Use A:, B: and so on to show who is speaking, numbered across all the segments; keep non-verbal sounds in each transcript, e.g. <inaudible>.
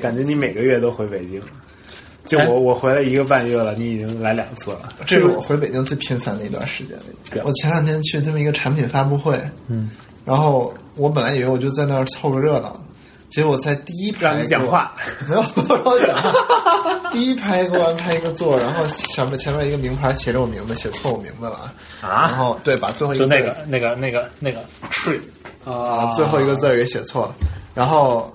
A: 感觉你每个月都回北京。就我，
B: 哎
A: 我回来一个半月了，你已经来两次了。
B: 这是我回北京最频繁的一段时间了已经。
A: 啊
B: 我前两天去他们一个产品发布会，嗯，然后我本来以为我就在那儿凑个热闹，结果在第一排
A: 让你讲话
B: 给我， <laughs> 没有不让我讲话，第一排给我安排一个座，然后前面前面一个名牌写着我名字，写错我名字了
A: 啊
B: 然后对，把最后一
A: 就
B: 个
A: 那
B: 字
A: 个、那个、那个、那个 tree
B: 啊
A: 啊，
B: 最后一个字儿给写错了，然后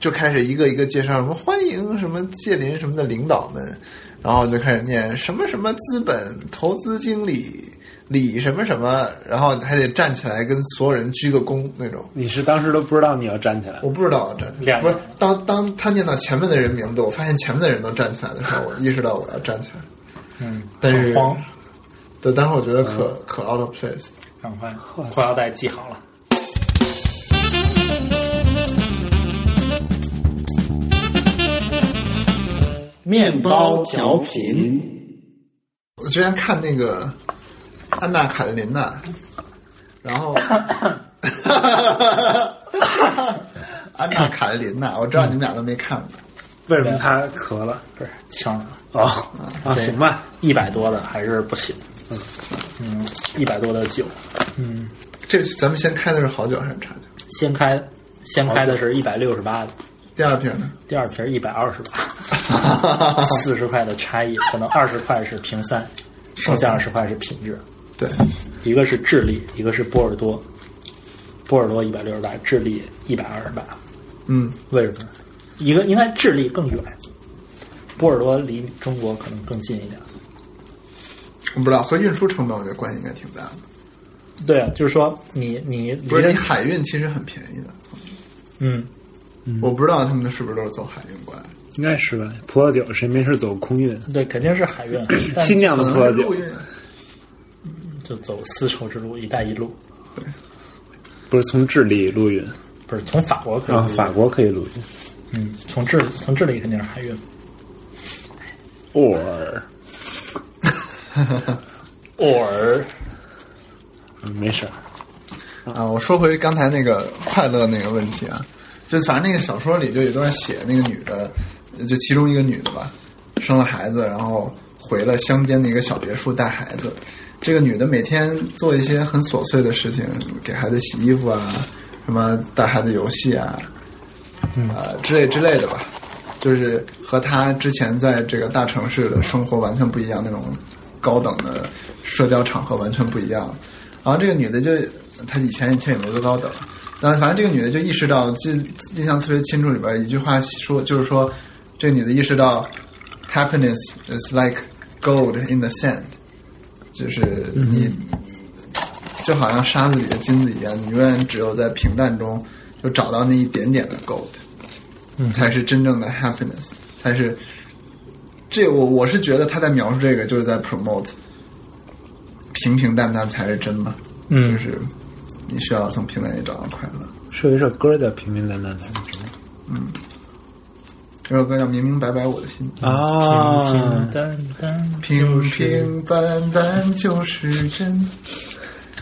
B: 就开始一个一个介绍什么欢迎什么界林什么的领导们，然后就开始念什么什么资本投资经理李什么什么，然后还得站起来跟所有人鞠个躬那种。
A: 你是当时都不知道你要站起来
B: 我，不知道啊这
A: 两
B: 不
A: 个
B: 是当当他念到前面的人名字，我发现前面的人都站起来的时候，我意识到我要站起来。
C: 嗯，
B: 但是
C: 慌，
B: 对，但是我觉得可、可 out of place。
C: 赶快，
A: 裤腰带系好了。
D: 面包调频，
B: 我之前看那个安娜卡列尼娜，
D: <laughs>
B: 然后安娜卡列尼娜，我知道你们俩都没看过，
A: 为什么他咳了？
C: 不是呛着了，
A: 哦啊，
C: 对
A: 行吧，
C: 一百多的还是不行。嗯，
A: 一百多的酒，
B: 这咱们先开的是好酒还是茶酒？
C: 先开先开的是一百六十八的，
B: 第二瓶呢？
C: 第二瓶一百二十八，四十块的差异，可能二十块是平三，剩下二十块是品质。
B: 对，
C: 一个是智利，一个是波尔多。波尔多一百六十八，智利一百二十八，
B: 嗯，
C: 为什么？一个应该智利更远，波尔多离中国可能更近一点。
B: 我不知道和运输成本我觉得关系应该挺大的。
C: 对啊，就是说你你离
B: 不是，
C: 得
B: 你海运其实很便宜的，
C: 嗯，
B: 我不知道他们是不是都是走海运过来，
A: 应该是吧？葡萄酒谁没事走空运？
C: 对，肯定是海
B: <coughs>
C: 运，但
A: 新酿
B: 可
A: 的
B: 能
A: 葡
B: 是
A: 萄
B: 陆
A: 酒
B: 运。
C: 就走丝绸之路，“一带一路
A: 不是从智利陆运”，
C: 不是从法国可以、
A: 啊，法，国可以陆运。
C: 嗯，从智从智利肯定是海运。
A: or
C: 偶尔
A: 嗯没事儿，
B: 啊，我说回刚才那个快乐那个问题啊，就反正那个小说里就有一段写那个女的，就其中一个女的吧，生了孩子，然后回了乡间的一个小别墅带孩子。这个女的每天做一些很琐碎的事情，给孩子洗衣服啊，什么带孩子游戏啊，呃之类之类的吧，就是和他之前在这个大城市的生活完全不一样，那种高等的社交场合完全不一样。然后这个女的就，她以前以前也没多高等，但反正这个女的就意识到，记印象特别清楚，里边一句话说，就是说这个女的意识到，happiness is like gold in the sand，就是你就好像沙子里的金子一样，你永远只有在平淡中就找到那一点点的 gold，、才是真正的 happiness，才是这我我是觉得他在描述这个就是在 promote 平平淡淡才是真嘛，
C: 嗯
B: 就是你需要从平淡里找到快乐。
A: 是有一首歌叫《平平淡淡才是真》
B: 这首歌叫《明明白白我的心》，
A: 啊
C: 平平淡淡
B: 平
C: 就是
B: 平淡淡就是真。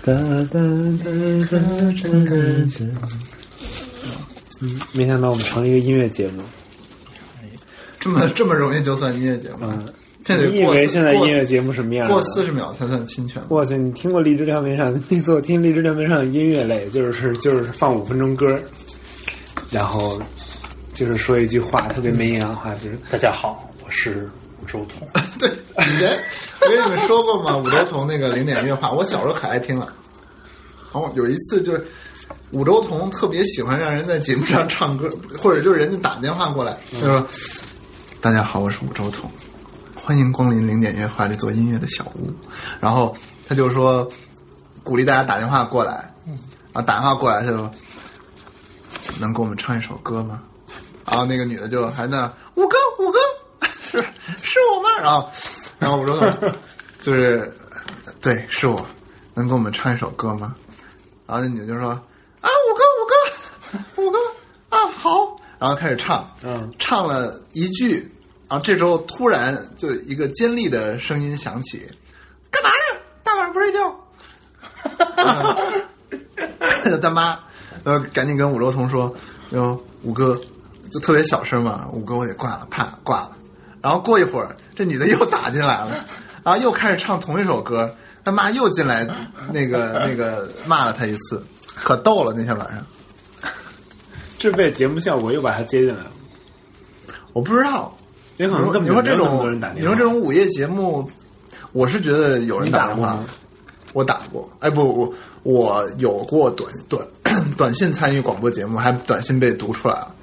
A: 哒哒哒哒哒哒。嗯，没想到我们成了一个音乐节目。
B: 这么这么容易就算音乐节目？
A: 嗯
B: 这得
A: 你以
B: 过
A: 为
B: 四
A: 现在
B: 过
A: 音乐节目什么样？
B: 过四十秒才算侵权吗？
A: 我去，你听过荔枝调频上？那次我听荔枝调频上的音乐类，就是就是放五分钟歌，然后就是说一句话，特别没营养的话，就是
C: 大家好，我是吴周
B: <laughs>
C: 彤。
B: 对，以前我跟你们说过嘛，五洲同那个零点乐话，我小时候可爱听了。然后有一次就是五洲同特别喜欢让人在节目上唱歌，或者就是人家打电话过来，就说：“大家好，我是五洲同，欢迎光临零点乐话这座音乐的小屋。”然后他就说鼓励大家打电话过来，然啊后打电话过来他就说：“能给我们唱一首歌吗？”然后那个女的就还在那儿五哥五哥 <laughs> 是是我吗？然后然后我说就是对是我，能给我们唱一首歌吗？然后那女的就说啊五哥五哥五哥啊好，然后开始唱，
A: 嗯，
B: 唱了一句，然后这时候突然就一个尖利的声音响起，干嘛呢？大晚上不睡觉？ <laughs> <laughs> 大妈，呃，赶紧跟五楼同说，然后五哥，就特别小声嘛，五哥我得挂了，啪挂了。然后过一会儿，这女的又打进来了，然后又开始唱同一首歌，他妈又进来，那个那个骂了他一次，可逗了那天晚上。
A: 这为了节目效果又把他接进来了，
B: 我不知道，
A: 也可
B: 你
A: 能
B: 说
A: 根
B: 你
A: 本
B: 说
A: 就
B: 这
A: 没有那么
B: 种
A: 多人打电话。
B: 你说这种午夜节目，我是觉得有人
A: 你打
B: 电
A: 过
B: 话
A: 吗，
B: 我打过，哎不我我有过短短 <coughs> 短信参与广播节目，还短信被读出来了。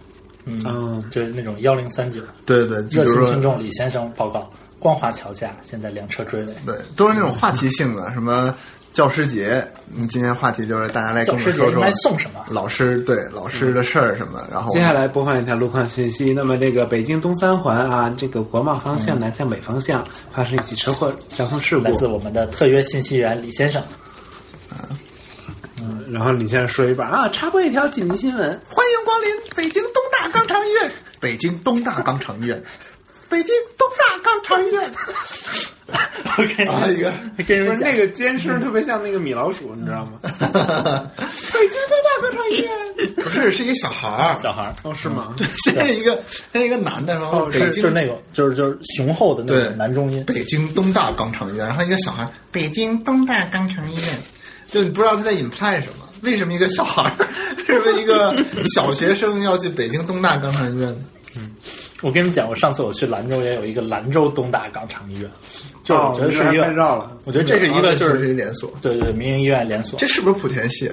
A: 嗯，
C: 就是那种幺零三九。
B: 对对，就啊比
C: 热心
B: 如说
C: 听众李先生报告：光华桥下现在辆车追尾。
B: 对，都是那种话题性
C: 嗯
B: 的，什么教师节，嗯今天话题就是大家来跟
C: 教
B: 我
C: 师
B: 们
C: 节
B: 说
C: 应
B: 说
C: 该送嗯什么？
B: 老师对老师的事儿什么，然后
A: 接下来播放一条路况信息。那么这个北京东三环啊，这个国贸方向南向北方向发生一起车祸交通事
C: 来自
A: 故。
C: 我们的特约信息员李先生。
A: 然后你先说一半啊，插播一条紧急新闻。
B: 欢迎光临北京东大肛肠医院，北京东大肛肠医院，北京东大肛肠医院。
C: OK，
B: 啊一
C: <laughs>
B: 个
C: 跟你
A: 不
C: 们
A: 是
C: 讲
A: 那，个尖声特别像那个米老鼠，你知道吗？嗯北京东大肛肠医院。
B: 不是，是一个小孩儿，
C: 小孩儿
A: 哦，是吗？
B: 先是一个先是一个男的，然后
C: 哦，
B: 北
C: 是
B: 京、
C: 就是那种就是就是雄厚的那
B: 对
C: 种男中音，
B: 北京东大肛肠医院，然后一个小孩儿，北京东大肛肠医院，就你不知道他在 imply 什么？为什么一个小孩儿，为什么一个小学生要去北京东大肛肠医院呢？
C: 我跟你们讲，我上次我去兰州也有一个兰州东大肛肠医院，就是我觉得是一
A: 哦
C: 个，
A: 拍照了。
C: 我觉得这是一个就
B: 啊这是一
C: 是
B: 连锁，
C: 对对民营医院连锁，
B: 这是不是莆田系？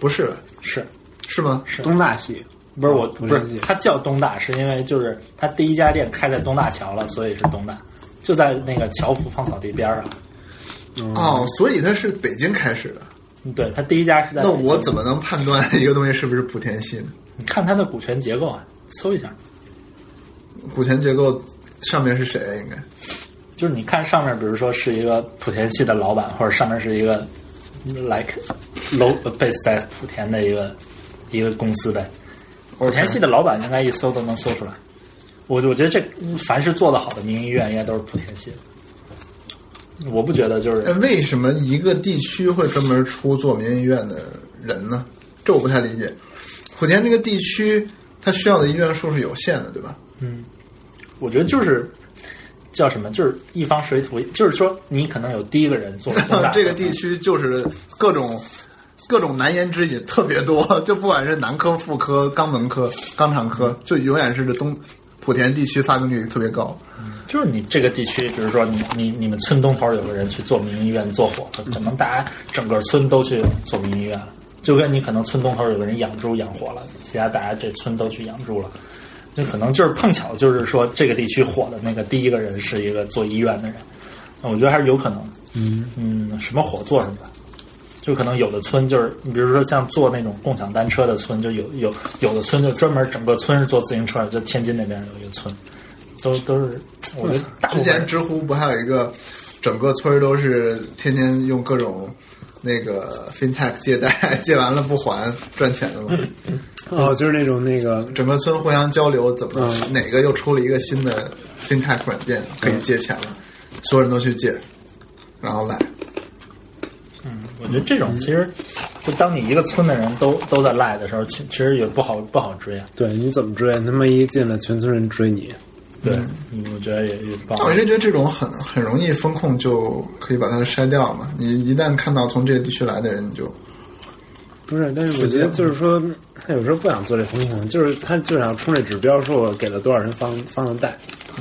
B: 不是，
C: 是
B: 是吗？
A: 东大系
C: 不是我
A: 不
C: 不
A: 是
C: 是它叫东大，是因为就是它第一家店开在东大桥了，所以是东大，就在那个侨府芳草地边儿上。嗯
B: 哦，所以它是北京开始的。
C: 对，它第一家是在
B: 那我怎
C: 么
B: 么能判断一个东西是不是莆田系呢？
C: 你看它的股权结构啊？搜一下，
B: 莆田结构上面是谁啊？应该
C: 就是你看上面，比如说是一个莆田系的老板，或者上面是一个 like low base 在莆田的一个一个公司呗。莆田系的老板应该一搜都能搜出来。我我觉得这凡是做得好的民营医院，应该都是莆田系的。我不觉得就是
B: 哎为什么一个地区会专门出做民营医院的人呢？这我不太理解。莆田这个地区，它需要的医院数是有限的，对吧？
C: 我觉得就是叫什么，就是一方水土，就是说你可能有第一个人做了东大
B: <laughs> 这个地区就是各种各种难言之隐特别多， <laughs> 就不管是男科、妇科、肛门科、肛肠科，就永远是这东莆田地区发病率特别高。
C: 就是你这个地区，比如说你你你们村东头有个人去做民营医院做火了，可能大家整个村都去做民营医院了，就跟你可能村东头有个人养猪养火了，其他大家这村都去养猪了，就可能就是碰巧就是说这个地区火的那个第一个人是一个做医院的人，那我觉得还是有可能，嗯嗯，什么火做什么吧。就可能有的村就是，你比如说像做那种共享单车的村，就有有有的村就专门整个村是做自行车的，就天津那边有一个村，都都是，我觉得大部
B: 之
C: 分人
B: 前知乎不还有一个整个村儿都是天天用各种那个 fintech 借贷， <laughs> 借完了不还赚钱的吗？
A: 哦，就是那种那个
B: 整个村互相交流，怎么、哪个又出了一个新的 fintech 软件可以借钱了，所有人都去借，然后赖。
C: 我觉得这种其实，就当你一个村的人都都在赖的时候，其其实也不好不好追啊。
A: 对，你怎么追？他妈一进来，全村人追你。
C: 对，嗯我觉得也也不好
B: 但。我就觉得这种很很容易风控，就可以把它筛掉嘛。你一旦看到从这个地区来的人，你就
A: 不是，但是我觉得就是说，他有时候不想做这风控，就是他就想冲这指标，说我给了多少人放放了贷。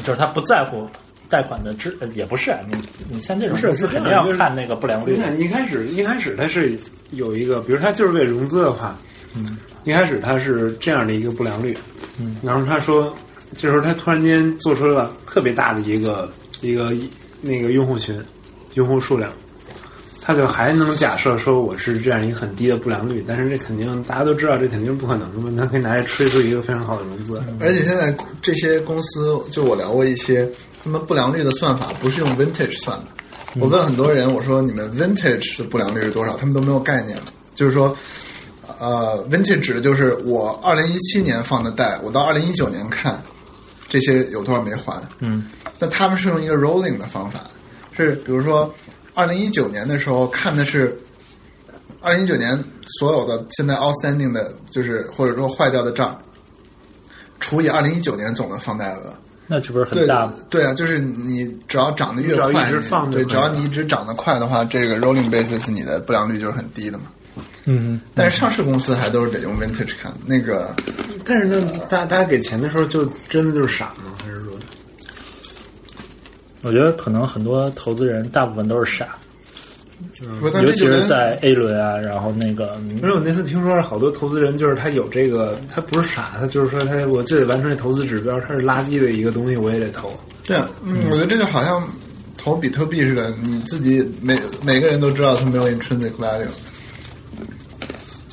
C: 就是他不在乎贷款的支，呃也不是啊，你你像这种
A: 不是
C: 是
A: 是这
C: 肯
A: 样
C: 定要
A: 就是
C: 看那个不良率
A: 你
C: 的。
A: 看一开始一开始他是有一个，比如他就是为融资的话，一开始他是这样的一个不良率，嗯，然后他说，这时候他突然间做出了特别大的一个一个那个用户群，用户数量。他就还能假设说我是这样一个很低的不良率，但是这肯定大家都知道，这肯定不可能的嘛。他可以拿来吹出一个非常好的融资，
B: 而且现在这些公司，就我聊过一些，他们不良率的算法不是用 vintage 算的。我问很多人，我说你们 vintage 的不良率是多少？他们都没有概念。就是说，呃，vintage 指的就是我二零一七年放的贷，我到二零一九年看这些有多少没还。
C: 嗯，
B: 那他们是用一个 rolling 的方法，是比如说二零一九年的时候看的是二零一九年所有的现在 outstanding 的，就是或者说坏掉的账，除以二零一九年总的放贷额。
C: 那这不是很
B: 对
C: 大吗？
B: 对啊，就是你只要涨得越
A: 只要一
B: 快，
A: 直
B: 你
A: 放就
B: 对，
A: 可以
B: 只要
A: 了
B: 你一直涨得快的话，这个 rolling basis 你的不良率就是很低的嘛。
C: 嗯，
B: 但是上市公司还都是得用 vintage 看，那个
A: 但是呢，大大家给钱的时候就真的就是傻吗？还是说
C: 我觉得可能很多投资人大部分都是傻，
A: 嗯
B: 不，但
C: 尤
B: 这
C: 其
B: 就是跟
C: 在 A 轮啊，然后那个嗯
A: 因为我那次听说，好多投资人就是他有这个，他不是傻，他就是说他我就得完成这投资指标，它是垃圾的一个东西，我也得投。
B: 对啊，嗯，我觉得这就好像投比特币似的，你自己每每个人都知道它没有 intrinsic value。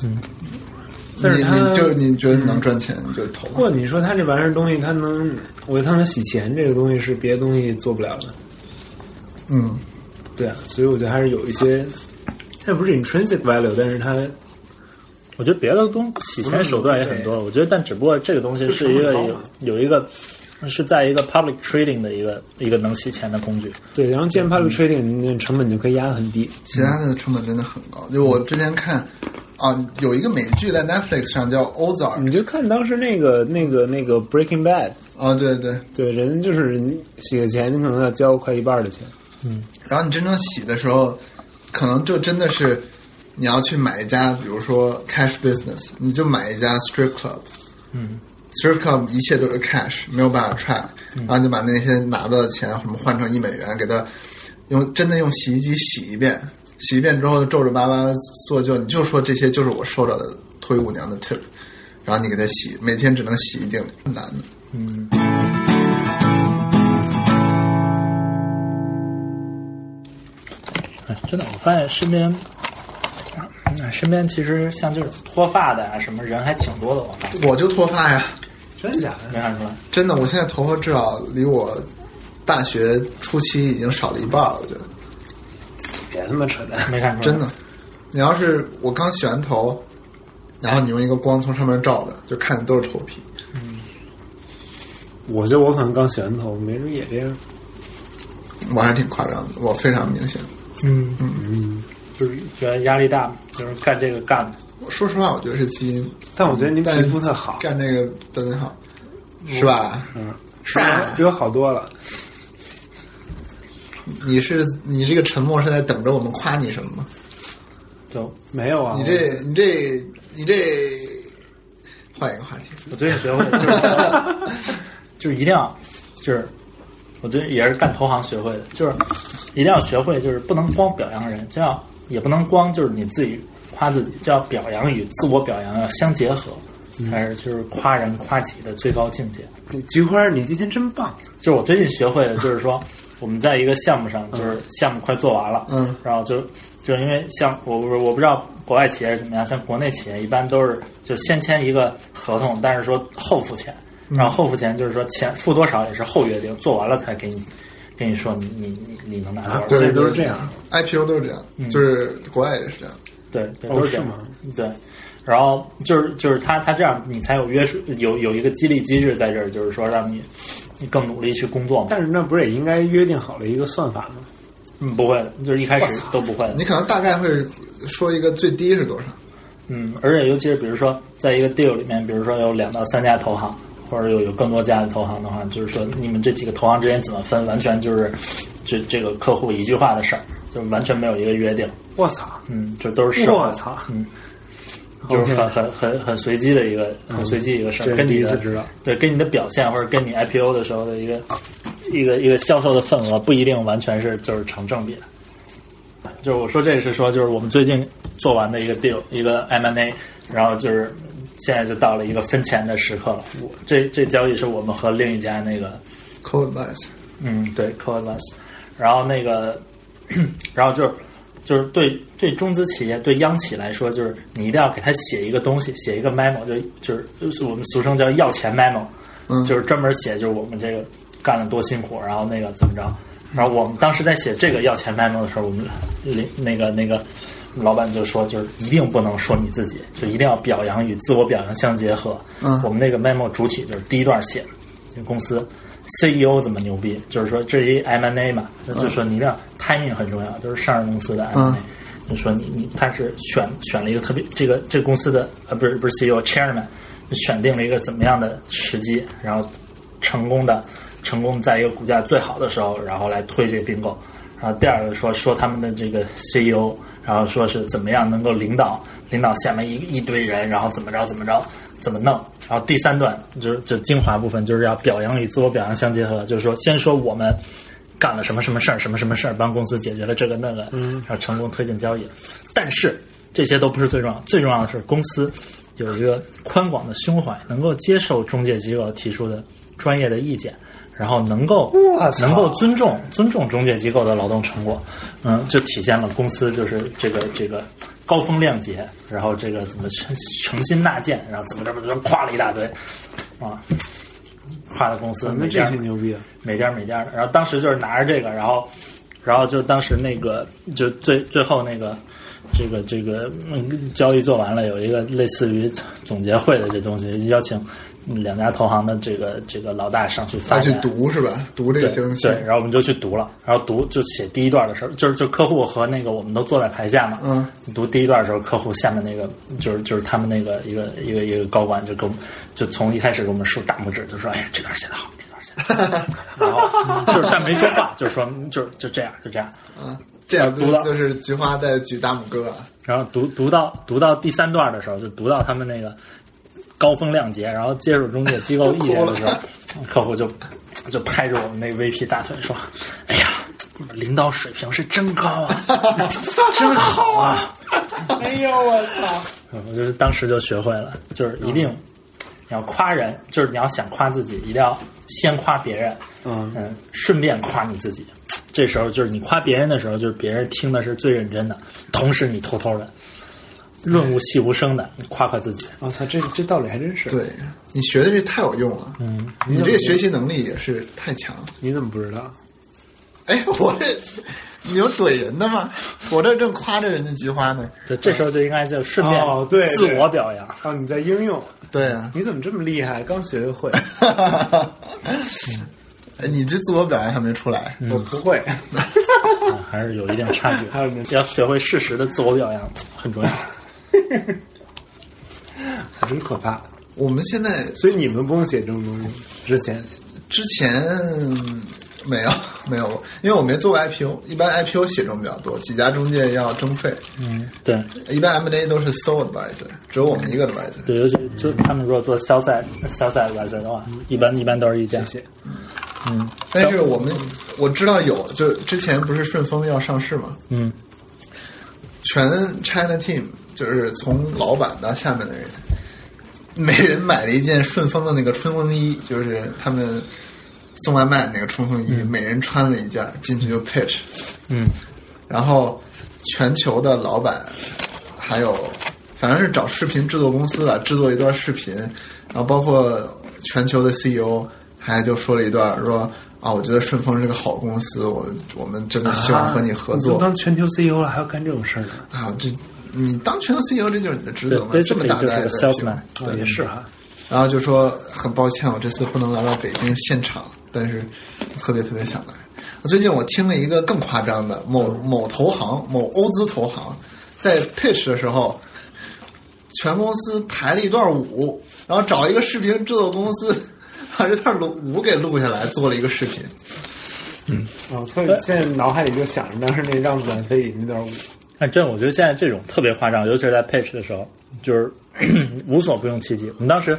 B: 嗯，
A: 但是
B: 你
A: 它
B: 你就嗯你觉得能赚钱你就投
A: 不，过你说他这玩意儿东西，他能，我觉得他能洗钱，这个东西是别的东西做不了的。
B: 嗯，
A: 对啊，所以我觉得还是有一些，它不是 intrinsic value，但是它
C: 我觉得别的东洗钱手段也很多，我觉得但只不过这个东西是一个
A: 就成本高
C: 有
A: 嘛
C: 有一个是在一个 public trading 的一个一个能洗钱的工具。
A: 对，然后既然 public trading，你那成本就可以压得很低。
B: 其他的成本真的很高。就我之前看啊，有一个美剧在 Netflix 上叫《Ozark
A: 你》，就看当时那个那个那个 Breaking Bad，
B: 啊，对对，
A: 对，人就是你洗个钱，你可能要交快一半儿的钱。
B: 然后你真正洗的时候，可能就真的是你要去买一家，比如说 cash business，你就买一家 strip club。嗯，strip club 一切都是 cash，没有办法 track，、然后就把那些拿到的钱什么换成一美元，给它用真的用洗衣机洗一遍，洗一遍之后皱皱巴巴做旧，你就说这些就是我收着的脱衣舞娘的 tip，然后你给它洗，每天只能洗一定，很难的。
C: 哎，真的，我发现身边。哎身边其实像这种脱发的啊，什么人还挺多的，我发现
B: 我就脱发呀。
A: 真的假的？
C: 没看出来。
B: 真的，我现在头发至少离我大学初期已经少了一半了。我觉得
A: 别他妈扯淡！
C: 没看出来，
B: 真的，
A: 嗯
B: 你要是我刚洗完头，然后你用一个光从上面照着，就看的都是头皮。
A: 我觉得我可能刚洗完头，没准也这样。
B: 我还是挺夸张的，我非常明显。
C: 嗯嗯嗯，就是觉得压力大嘛，就是干这个干的。
B: 说实话，我觉得是基因
A: 但我觉得你皮
B: 嗯但
A: 肤特好，
B: 干这个真的好，是吧？
A: 嗯，
B: 是吧
A: 比？我好多了。
B: 你是你这个沉默是在等着我们夸你什么吗？
C: 就
A: 没有啊，
B: 你
A: 我
B: 这你这你这，换一个话题。
C: 我最近学会，就是就是一定要，就是我最近也是干投行学会的，就是一定要学会，就是不能光表扬人，就要也不能光就是你自己夸自己，就要表扬与自我表扬要相结合，才是就是夸人夸己的最高境界。
A: 你菊花，你今天真棒。
C: 就是我最近学会的，就是说我们在一个项目上，就是
A: 嗯
C: 项目快做完了，
B: 嗯，
C: 然后就就是因为像我我我不知道国外企业是怎么样，像国内企业一般都是就先签一个合同，但是说后付钱，
A: 嗯
C: 然后后付钱就是说钱付多少也是后约定，做完了才给你跟你说你你你你能拿多少
A: 啊对
C: 钱，
A: 所以都是这样嗯
B: ，IPO 都是这样，就是国外也是这样。
C: 对对
A: 哦
C: 都这
A: 是
C: 样
A: 吗，
C: 对。然后就是就是他他这样你才有约束有有一个激励机制在这儿，就是说让你你更努力去工作嘛。
A: 但是那不是也应该约定好了一个算法吗？
C: 嗯，不会的，就是一开始都不会的
B: 你。可能大概会说一个最低是多少？
C: 嗯，而且尤其是比如说，在一个 deal 里面，比如说有两到三家投行，或者有有更多家的投行的话，就是说你们这几个投行之间怎么分，完全就是这这个客户一句话的事儿，就完全没有一个约定。
A: 我操！
C: 嗯，这都
B: 啊
C: 是事后
A: 我啊操！
C: 嗯，就是很
A: OK
C: 很很很随机的一个很随机的一
B: 啊
C: 个事
A: 嗯
C: 儿，
A: 这
C: 跟
A: 第
C: 你
A: 一次
C: 的
A: 知道。
C: 对跟你的表现或者跟你 IPO 的时候的一个一个一个销售的份额不一定完全是就是成正比的。就是我说这个是说，就是我们最近做完的一个 deal，一个 M&A，然后就是现在就到了一个分钱的时刻了。我这这交易是我们和另一家那个
B: Cold Advice，
C: 嗯，对 c o a l a s 然后那个， <clears throat> 然后就是就是对对中资企业对央企来说，就是你一定要给他写一个东西，写一个 memo，就就是就是我们俗称叫要钱 memo，
B: 嗯
C: 就是专门写就是我们这个干了多辛苦，然后那个怎么着。然后我们当时在写这个要钱 memo 的时候，我们领那个那个老板就说，就是一定不能说你自己，就一定要表扬与自我表扬相结合。
B: 嗯
C: 我们那个 memo 主体就是第一段写，这公司 CEO 怎么牛逼，就是说这是一 M&A 嘛，那就是说你一定要 timing 很重要，就是上市公司的 M&A，、
B: 嗯
C: 就是说你你他是选选了一个特别这个这个公司的呃不是不是 CEO chairman，选定了一个怎么样的时机，然后成功的成功在一个股价最好的时候，然后来推这个并购。然后第二个说说他们的这个 CEO，然后说是怎么样能够领导领导下面一一堆人，然后怎么着怎么着怎么弄。然后第三段就是就精华部分就是要表扬与自我表扬相结合，就是说先说我们干了什么什么事儿，什么什么事儿，帮公司解决了这个那个，
A: 嗯
C: 然后成功推进交易。但是这些都不是最重要，最重要的是公司有一个宽广的胸怀，能够接受中介机构提出的专业的意见，然后能够
A: 我操
C: 能够尊重尊重中介机构的劳动成果，嗯，就体现了公司就是这个这个高风亮节，然后这个怎么诚诚心纳谏，然后怎么怎么怎么夸了一大堆，啊，夸了公司
A: 那
C: 每
A: 这
C: 家
A: 挺牛逼啊！
C: 每家每家的。然后当时就是拿着这个，然后，然后就当时那个就最最后那个这个这个、嗯、交易做完了，有一个类似于总结会的这东西，邀请嗯两家投行的这个这个老大上去发
B: 他去
C: 言。
B: 读是吧？读这
C: 对
B: 个协同信
C: 对，，然后我们就去读了，然后读就写第一段的时候，就是就客户和那个我们都坐在台下嘛，
B: 嗯，
C: 读第一段的时候，客户下面那个就是就是他们那个一个一个一个高管就跟我们就从一开始给我们竖大拇指，就说哎呀这段写的好，这段写的好，
B: <laughs>
C: 然后就是但没说话，就是说嗯就是就这样就这样，
B: 啊，这样
C: 读
B: 就
C: 了
B: 就是菊花在举大拇哥啊，
C: 然后读读到读到第三段的时候，就读到他们那个高风亮节，然后接受中介机构意见
A: <laughs>
C: 的时候，客户就就拍着我们那个 VP 大腿说：“哎呀，你们领导水平是真高
A: <laughs>
C: 啊，真好啊！”
A: 哎呦我操！
C: 嗯我就是当时就学会了，就是一定你要夸人，就是你要想夸自己，一定要先夸别人，
A: 嗯，
C: 嗯，顺便夸你自己。这时候就是你夸别人的时候，就是别人听的是最认真的，同时你偷偷的润物细无声的你夸夸自己。
A: 我哦操，这这道理还真是。，
B: 对你学的这太有用了，
C: 嗯，
B: 你这个学习能力也是太强了。
A: 你怎么不知道？
B: 哎，我这你有怼人的吗？我这正夸着人家菊花呢。
C: 对，这时候就应该就顺便
A: 哦对
C: 自我表扬。
A: 啊，你在应用，
B: 对啊，
A: 你怎么这么厉害？刚学
B: <laughs>
A: 会，
B: 哎你这自我表扬还没出来，
A: 我不会。
C: 嗯还是有一定差距。
A: 还有呢
C: 要学会适时的自我表扬很
A: <laughs>
C: 重要。
A: 还真可怕。
B: 我们现在
A: 所以你们不用写这种东西。之前
B: 之前没有 <laughs> 没有，因为我没做过 IPO，一般 IPO 写这种比较多，几家中介要征费，
C: 嗯，对
B: 一般 M&A 都是 sole advisor，只有我们一个 advisor。
C: 对，尤其就他们如果做销赛销赛 a 的话，
A: 嗯
C: 一般一般都是一家。
A: 写，
B: 但是我们我知道有，就之前不是顺丰要上市嘛，
C: 嗯，
B: 全 China team 就是从老板到下面的人，每人买了一件顺丰的那个春风衣，就是他们送外卖那个春风衣，每人穿了一件进去就 pitch，
C: 嗯，
B: 然后全球的老板还有反正是找视频制作公司吧，制作一段视频，然后包括全球的 CEO 还就说了一段说。啊，我觉得顺丰是个好公司，我我们真的希望和你合作。
A: 都
C: 啊
A: 当全球 CEO 了，还要干这种事儿呢？
B: 啊，这你当全球 CEO 这就是你的职
C: 对
B: 责嘛，这么
C: ，basically
B: 大
C: 就
B: 的
C: 是个 salesman。
A: 哦也是哈。
B: 然后就说很抱歉，我啊这次不能来到北京现场，但是特别特别想来。最近我听了一个更夸张的，某某投行、某欧资投行在 pitch 的时候，全公司排了一段舞，然后找一个视频制作公司把这段舞舞给录下来，做了一个视频。
A: 哦，所以现在脑海里就想着当时那让子弹飞影那段舞，
C: 但真，我觉得现在这种特别夸张，尤其是在 pitch 的时候，就是 <coughs> 无所不用其极。我们当时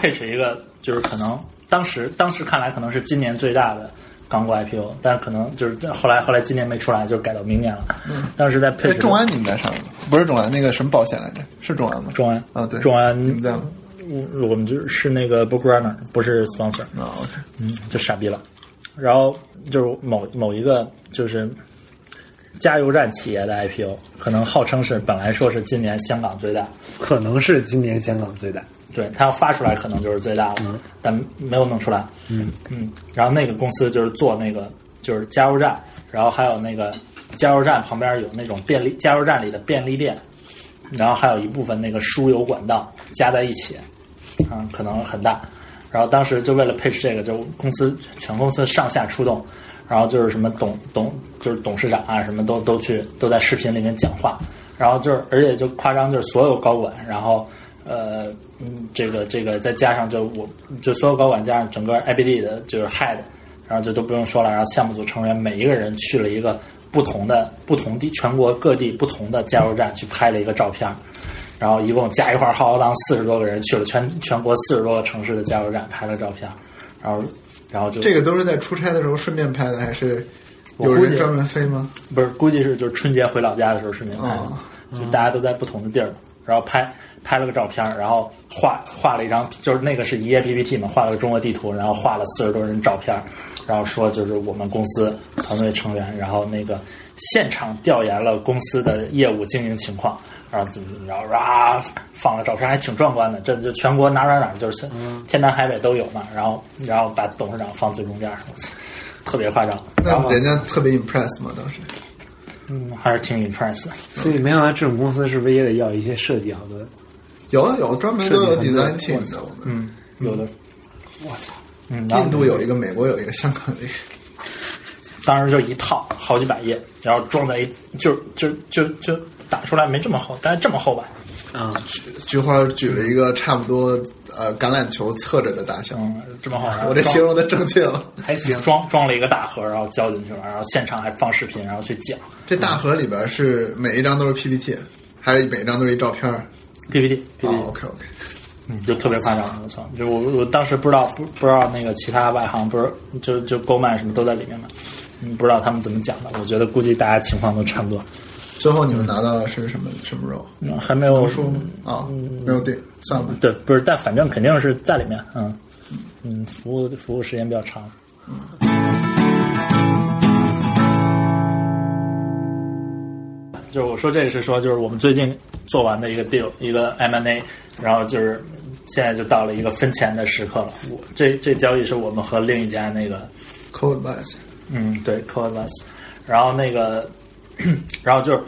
C: pitch 一个，就是可能当时当时看来可能是今年最大的港股 IPO，但是可能就是后来后来今年没出来，就改到明年了。
A: 嗯
C: 当时在 pitch
B: 哎，
C: 的
B: 众安你们在上吗？不是众安，那个什么保险来着？是众安吗？
C: 众安
B: 啊，对，
C: 众安
B: 你们在吗？
C: 我我们就是那个 book runner，不是 sponsor。
B: 啊，OK，
C: 嗯，就傻逼了。然后就是某某一个就是加油站企业的 IPO，可能号称是本来说是今年香港最大，
A: <laughs> 可能是今年香港最大。
C: 对，它要发出来可能就是最大的，但没有弄出来。嗯嗯，然后那个公司就是做那个就是加油站，然后还有那个加油站旁边有那种便利加油站里的便利店，然后还有一部分那个输油管道加在一起，嗯，可能很大。然后当时就为了配置这个，就公司全公司上下出动，然后就是什么董董就是董事长啊，什么都都去都在视频里面讲话，然后就是而且就夸张，就是所有高管，然后呃，嗯，这个这个再加上就我就所有高管加上整个 IBD 的就是 head，然后就都不用说了，然后项目组成员每一个人去了一个不同的不同地全国各地不同的加油站去拍了一个照片儿，然后一共加一块儿浩浩荡四十多个人去了全全国四十多个城市的加油站拍了照片儿，然后然后就
B: 这个都是在出差的时候顺便拍的，还是
C: 我
B: 有
C: 估
B: 人
C: 计
B: 专门飞吗？
C: 不是，估计是就是春节回老家的时候顺便拍的，
B: 哦
C: 就大家都在不同的地儿，然后拍拍了个照片儿，然后画画了一张，就是那个是一页 PPT 嘛，画了个中国地图，然后画了四十多人照片儿，然后说就是我们公司团队成员，然后那个现场调研了公司的业务经营情况。然后怎么怎么着，啊，放了照片还挺壮观的，这就全国哪儿哪儿哪儿就是 <laughs> 天南海北都有嘛。然后，然后把董事长放最中间儿，特别夸张。然
B: 那
C: 后
B: 人家特别 impress 吗？当时
C: 嗯，还是挺 impress 的。
A: 所以没想到这种公司是不是也得要一些设计好的？
B: 有啊有专门都有
A: 设计团
B: design
A: 队
B: team 的，我们
C: 嗯，有的，
A: 我操！
C: 嗯，然后
B: 印度有一个，美国有一个，香港有一个。
C: 当时就一套好几百页，然后装在一，就就就就打出来没这么厚，但是这么厚吧，
A: 啊，
B: 菊花举了一个差不多呃橄榄球侧着的大小，
C: 嗯，这么厚，然后
B: 我这
C: 装
B: 形容的正确了。
C: 还行，装装了一个大盒，然后交进去了，然后现场还放视频，然后去讲
B: 这大盒里边是每一张都是 PPT，还是每一张都是一照片儿？
C: PPT
B: 哦
C: PPT，
B: ，OK OK，
C: 嗯，就特别夸张，我操！就我我当时不知道不不知道那个其他外行不是就就购买什么都在里面嘛，嗯，不知道他们怎么讲的，我觉得估计大家情况都差不多，
B: 最后你们拿到的是什么什么肉？
C: 嗯，还没有
B: 说吗？啊，
C: 嗯
B: 没有定，算吧。
C: 对，不是，但反正肯定是在里面，嗯嗯，服务服务时间比较长。就是我说这个是说，就是我们最近做完的一个 deal，一个 M&A，然后就是现在就到了一个分钱的时刻了。我这这交易是我们和另一家那个
B: Cold Bites，
C: 嗯，对 c o d l e s 然后那个， <clears throat> 然后就是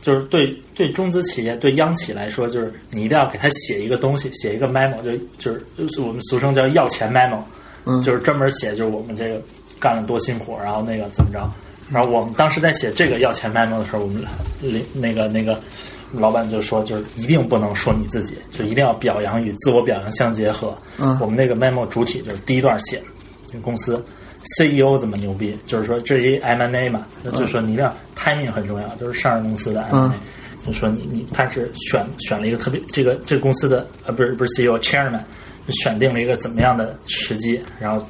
C: 就是对对中资企业对央企来说，就是你一定要给他写一个东西，写一个 memo，就就是就是我们俗称叫要钱 memo，
B: 嗯，
C: 就是专门写就是我们这个干了多辛苦，然后那个怎么着。然后我们当时在写这个要钱 memo 的时候，我们领那个那个老板就说，就是一定不能说你自己，就一定要表扬与自我表扬相结合。
B: 嗯
C: 我们那个 memo 主体就是第一段写这个公司 CEO 怎么牛逼，就是说这是一 M&A 嘛，那就是说你一定要 timing 很重要，就是上市公司的 M&A，、
B: 嗯
C: 就是说你你他是选选了一个特别这个这个公司的呃不是不是 CEO chairman，就选定了一个怎么样的时机，然后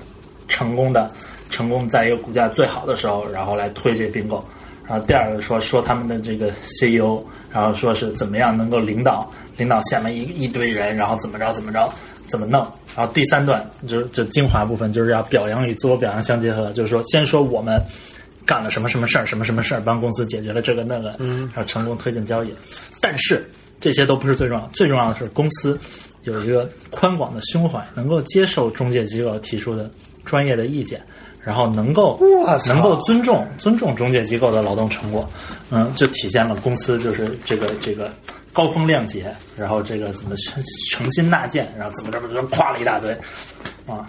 C: 成功的成功在一个股价最好的时候，然后来推这并购。然后第二个说说他们的这个 CEO，然后说是怎么样能够领导领导下面一一堆人，然后怎么着怎么着怎么弄。然后第三段就就精华部分就是要表扬与自我表扬相结合，就是说先说我们干了什么什么事儿，什么什么事儿，帮公司解决了这个那个，然后成功推进交易。但是这些都不是最重要，最重要的是公司有一个宽广的胸怀，能够接受中介机构提出的专业的意见，然后能够
A: 哇塞
C: 能够尊重尊重中介机构的劳动成果，嗯，就体现了公司就是这个这个高风亮节，然后这个怎么诚诚心纳谏，然后怎么着怎么着夸了一大堆，啊，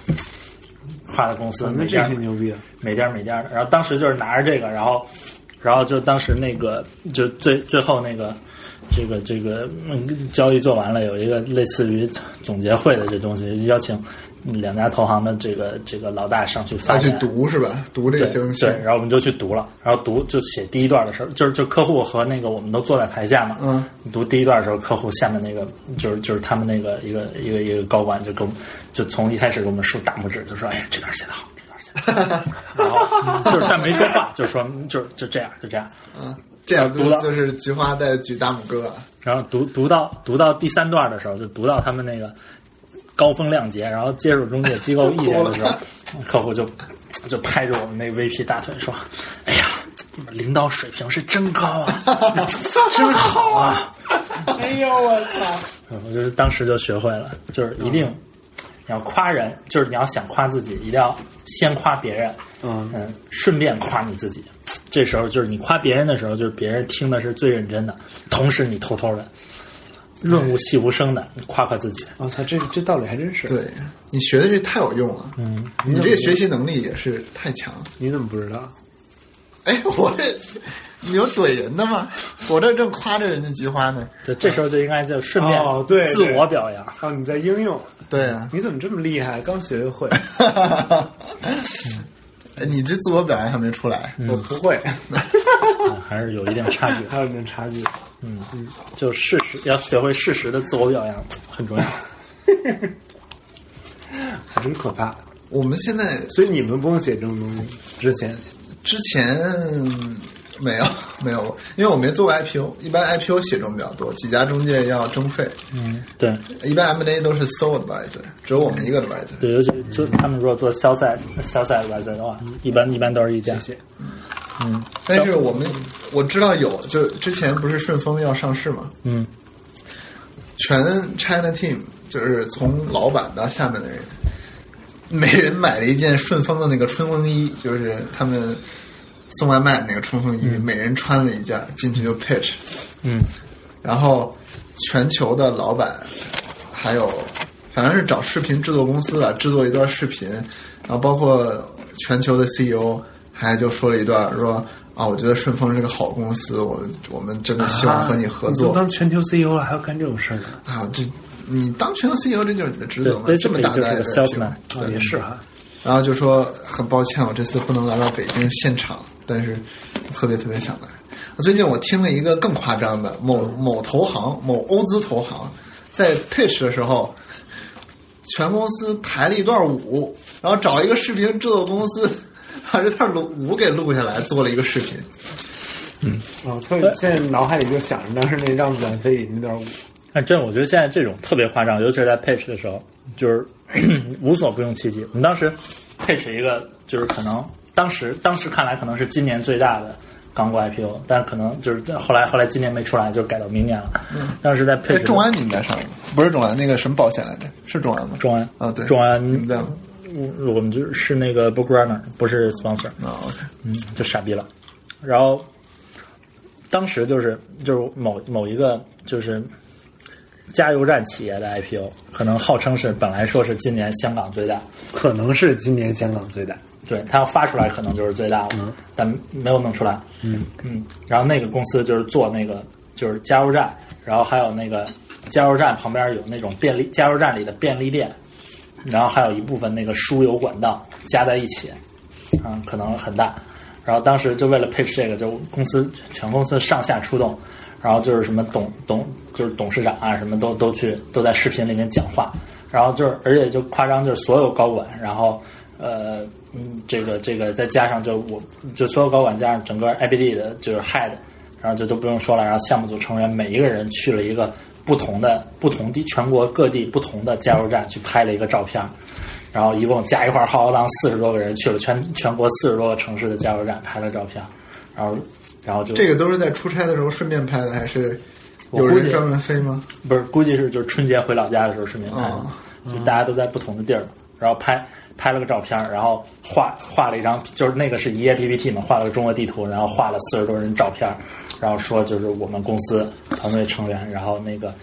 C: 夸了公司
A: 那
C: 每
A: 这
C: 家
A: 挺牛逼啊！
C: 每家每家的。然后当时就是拿着这个，然后，然后就当时那个就最最后那个这个这个、嗯、交易做完了，有一个类似于总结会的这东西，邀请两家投行的这个这个老大上去
B: 他
C: 发
B: 啊去
C: 言。
B: 读是吧？读这个
C: 对
B: 形容
C: 对，
B: 线，
C: 然后我们就去读了，然后读就写第一段的时候，就是就客户和那个我们都坐在台下嘛，
B: 嗯，
C: 读第一段的时候，客户下面那个就是就是他们那个一个一个一个高管就跟我们就从一开始给我们竖大拇指，就说哎呀这段写得好，这段写得
B: <laughs>
C: 好，然后嗯就是但没说话，就说嗯就是就这样就这样，
B: 嗯，这样
C: 读了
B: 就是菊花在举大拇哥啊，
C: 然后读读到读到第三段的时候，就读到他们那个高风亮节，然后接受中介机构意见的
A: <laughs>
C: 时候，客户就就拍着我们那 VP 大腿说：“哎呀，你们领导水平是真高
A: <laughs>
C: 啊，真好啊！”
A: 哎呦我操！
C: 嗯我就是当时就学会了，就是一定你要夸人，就是你要想夸自己，一定要先夸别人，
A: 嗯，
C: 嗯，顺便夸你自己。这时候就是你夸别人的时候，就是别人听的是最认真的，同时你偷偷的润物细无声的你夸夸自己。
A: 我操，这这道理还真是。，
B: 对你学的这太有用了，
C: 嗯，
B: 你这个学习能力也是太强了。
A: 你怎么不知道？
B: 哎，我这你有怼人的吗？我这正夸着人家菊花呢。
C: 对，这时候就应该就顺便
A: 哦对对
C: 自我表扬。
A: 啊，你在应用，
B: 对啊，
A: 你怎么这么厉害？刚学会，
B: <laughs> 哎你这自我表扬还没出来，
A: 我不 <laughs> 会，
C: 啊还是有一定差距。 <laughs>
A: 还有点差距。
C: 就事实要学会适时的自我表扬很重要。
A: 还真可怕。
B: 我们现在
A: 所以你们不用写这种东西。之前
B: 之前没有没有，因为我没做过 IPO，一般 IPO 写中比较多，几家中介要征费，
C: 嗯，对
B: 一般 M&A 都是 sole advisor，只有我们一个 advisor。
C: 对，尤其就他们如果做销赛销赛 advisor 的话，一般一般都是一家。
A: 谢谢
B: 但是我们我知道有，就之前不是顺丰要上市嘛，
C: 嗯，
B: 全 China team 就是从老板到下面的人，每人买了一件顺丰的那个春风衣，就是他们送外卖那个春风衣，
A: 嗯
B: 每人穿了一件进去就 pitch，
C: 嗯，
B: 然后全球的老板还有反正是找视频制作公司吧，制作一段视频，然后包括全球的 CEO 还就说了一段说。啊，我觉得顺丰是个好公司，我我们真的希望和你合
A: 啊
B: 作。
A: 都当全球 CEO 了，还要干这种事儿呢？
B: 啊，这你当全球 CEO E 这就是你的职
C: 对
B: 责嘛，，这么
C: basically
B: 大
C: 就
B: 的
C: 是个 salesman。
A: 啊，也是哈。
B: 然后就说很抱歉，我这次不能来到北京现场，但是特别特别想来。最近我听了一个更夸张的，某某投行、某欧资投行在 pitch 的时候，全公司排了一段舞，然后找一个视频制作公司把这段舞舞给录下来，做了一个视频。
A: 哦，所以现在脑海里就想着当时那让子弹飞那段舞，
C: 但真的，我觉得现在这种特别夸张，尤其是在 pitch 的时候，就是 <clears throat> 无所不用其极。我们当时 pitch 一个，就是可能当时当时看来可能是今年最大的港股 IPO，但可能就是后来后来今年没出来，就改到明年了。
A: 嗯
C: 当时在 pitch
B: 哎，
C: 的
B: 众安你们在上吗？不是众安，那个什么保险来着？是众安吗？
C: 中安
B: 啊，对，
C: 中安
B: 你们在吗？
C: 我我们就是那个 book runner，不是 sponsor，
B: 啊，OK，
C: 嗯，就傻逼了。然后当时就是就是某某一个就是加油站企业的 IPO，可能号称是本来说是今年香港最大，
A: 可能是今年香港最大。
C: 对，它要发出来可能就是最大的，但没有弄出来。嗯嗯，然后那个公司就是做那个就是加油站，然后还有那个加油站旁边有那种便利加油站里的便利店，然后还有一部分那个输油管道加在一起，嗯，可能很大。然后当时就为了 pitch 这个，就公司全公司上下出动，然后就是什么董董就是董事长啊，什么都都去都在视频里面讲话，然后就是而且就夸张，就是所有高管，然后呃嗯这个这个再加上就我就所有高管加上整个 IBD 的就是 head，然后就都不用说了，然后项目组成员每一个人去了一个不同的不同地全国各地不同的加油站去拍了一个照片儿，然后一共加一块儿浩浩荡四十多个人去了全全国四十多个城市的加油站拍了照片儿，然后然后就
B: 这个都是在出差的时候顺便拍的，还是有
C: 我估
B: 人
C: 计
B: 专门飞吗？
C: 不是，估计是就是春节回老家的时候顺便拍的，
B: 哦
C: 就大家都在不同的地儿，然后拍拍了个照片儿，然后画画了一张，就是那个是一页 PPT 嘛，画了个中国地图，然后画了四十多人照片儿，然后说就是我们公司团队成员，然后那个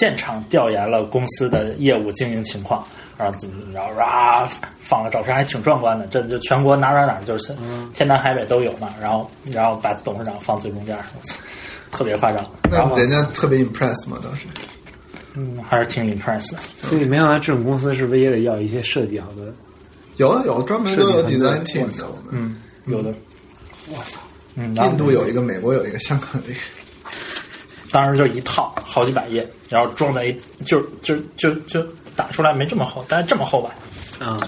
C: 现场调研了公司的业务经营情况。然后怎么怎么着啊，放了照片还挺壮观的，这就全国哪儿哪儿哪儿就是天南海北都有嘛。然后然后把董事长放最中间儿，特别夸张。然
B: 那
C: 后
B: 人家特别 impressed 嘛，当时。
C: 嗯还是挺 impress 的。
A: 所以没想到这种公司是不是也得要一些设计好的？
B: 有有专门都有
A: 设计
B: design
A: 团
B: team 的，我们
C: 嗯，有的。哇嗯，然后
B: 印度有一个，美国有一个，香港有一个。
C: 当时就一套好几百页，然后装在一就就就就打出来没这么厚，但是这么厚吧，
A: 啊，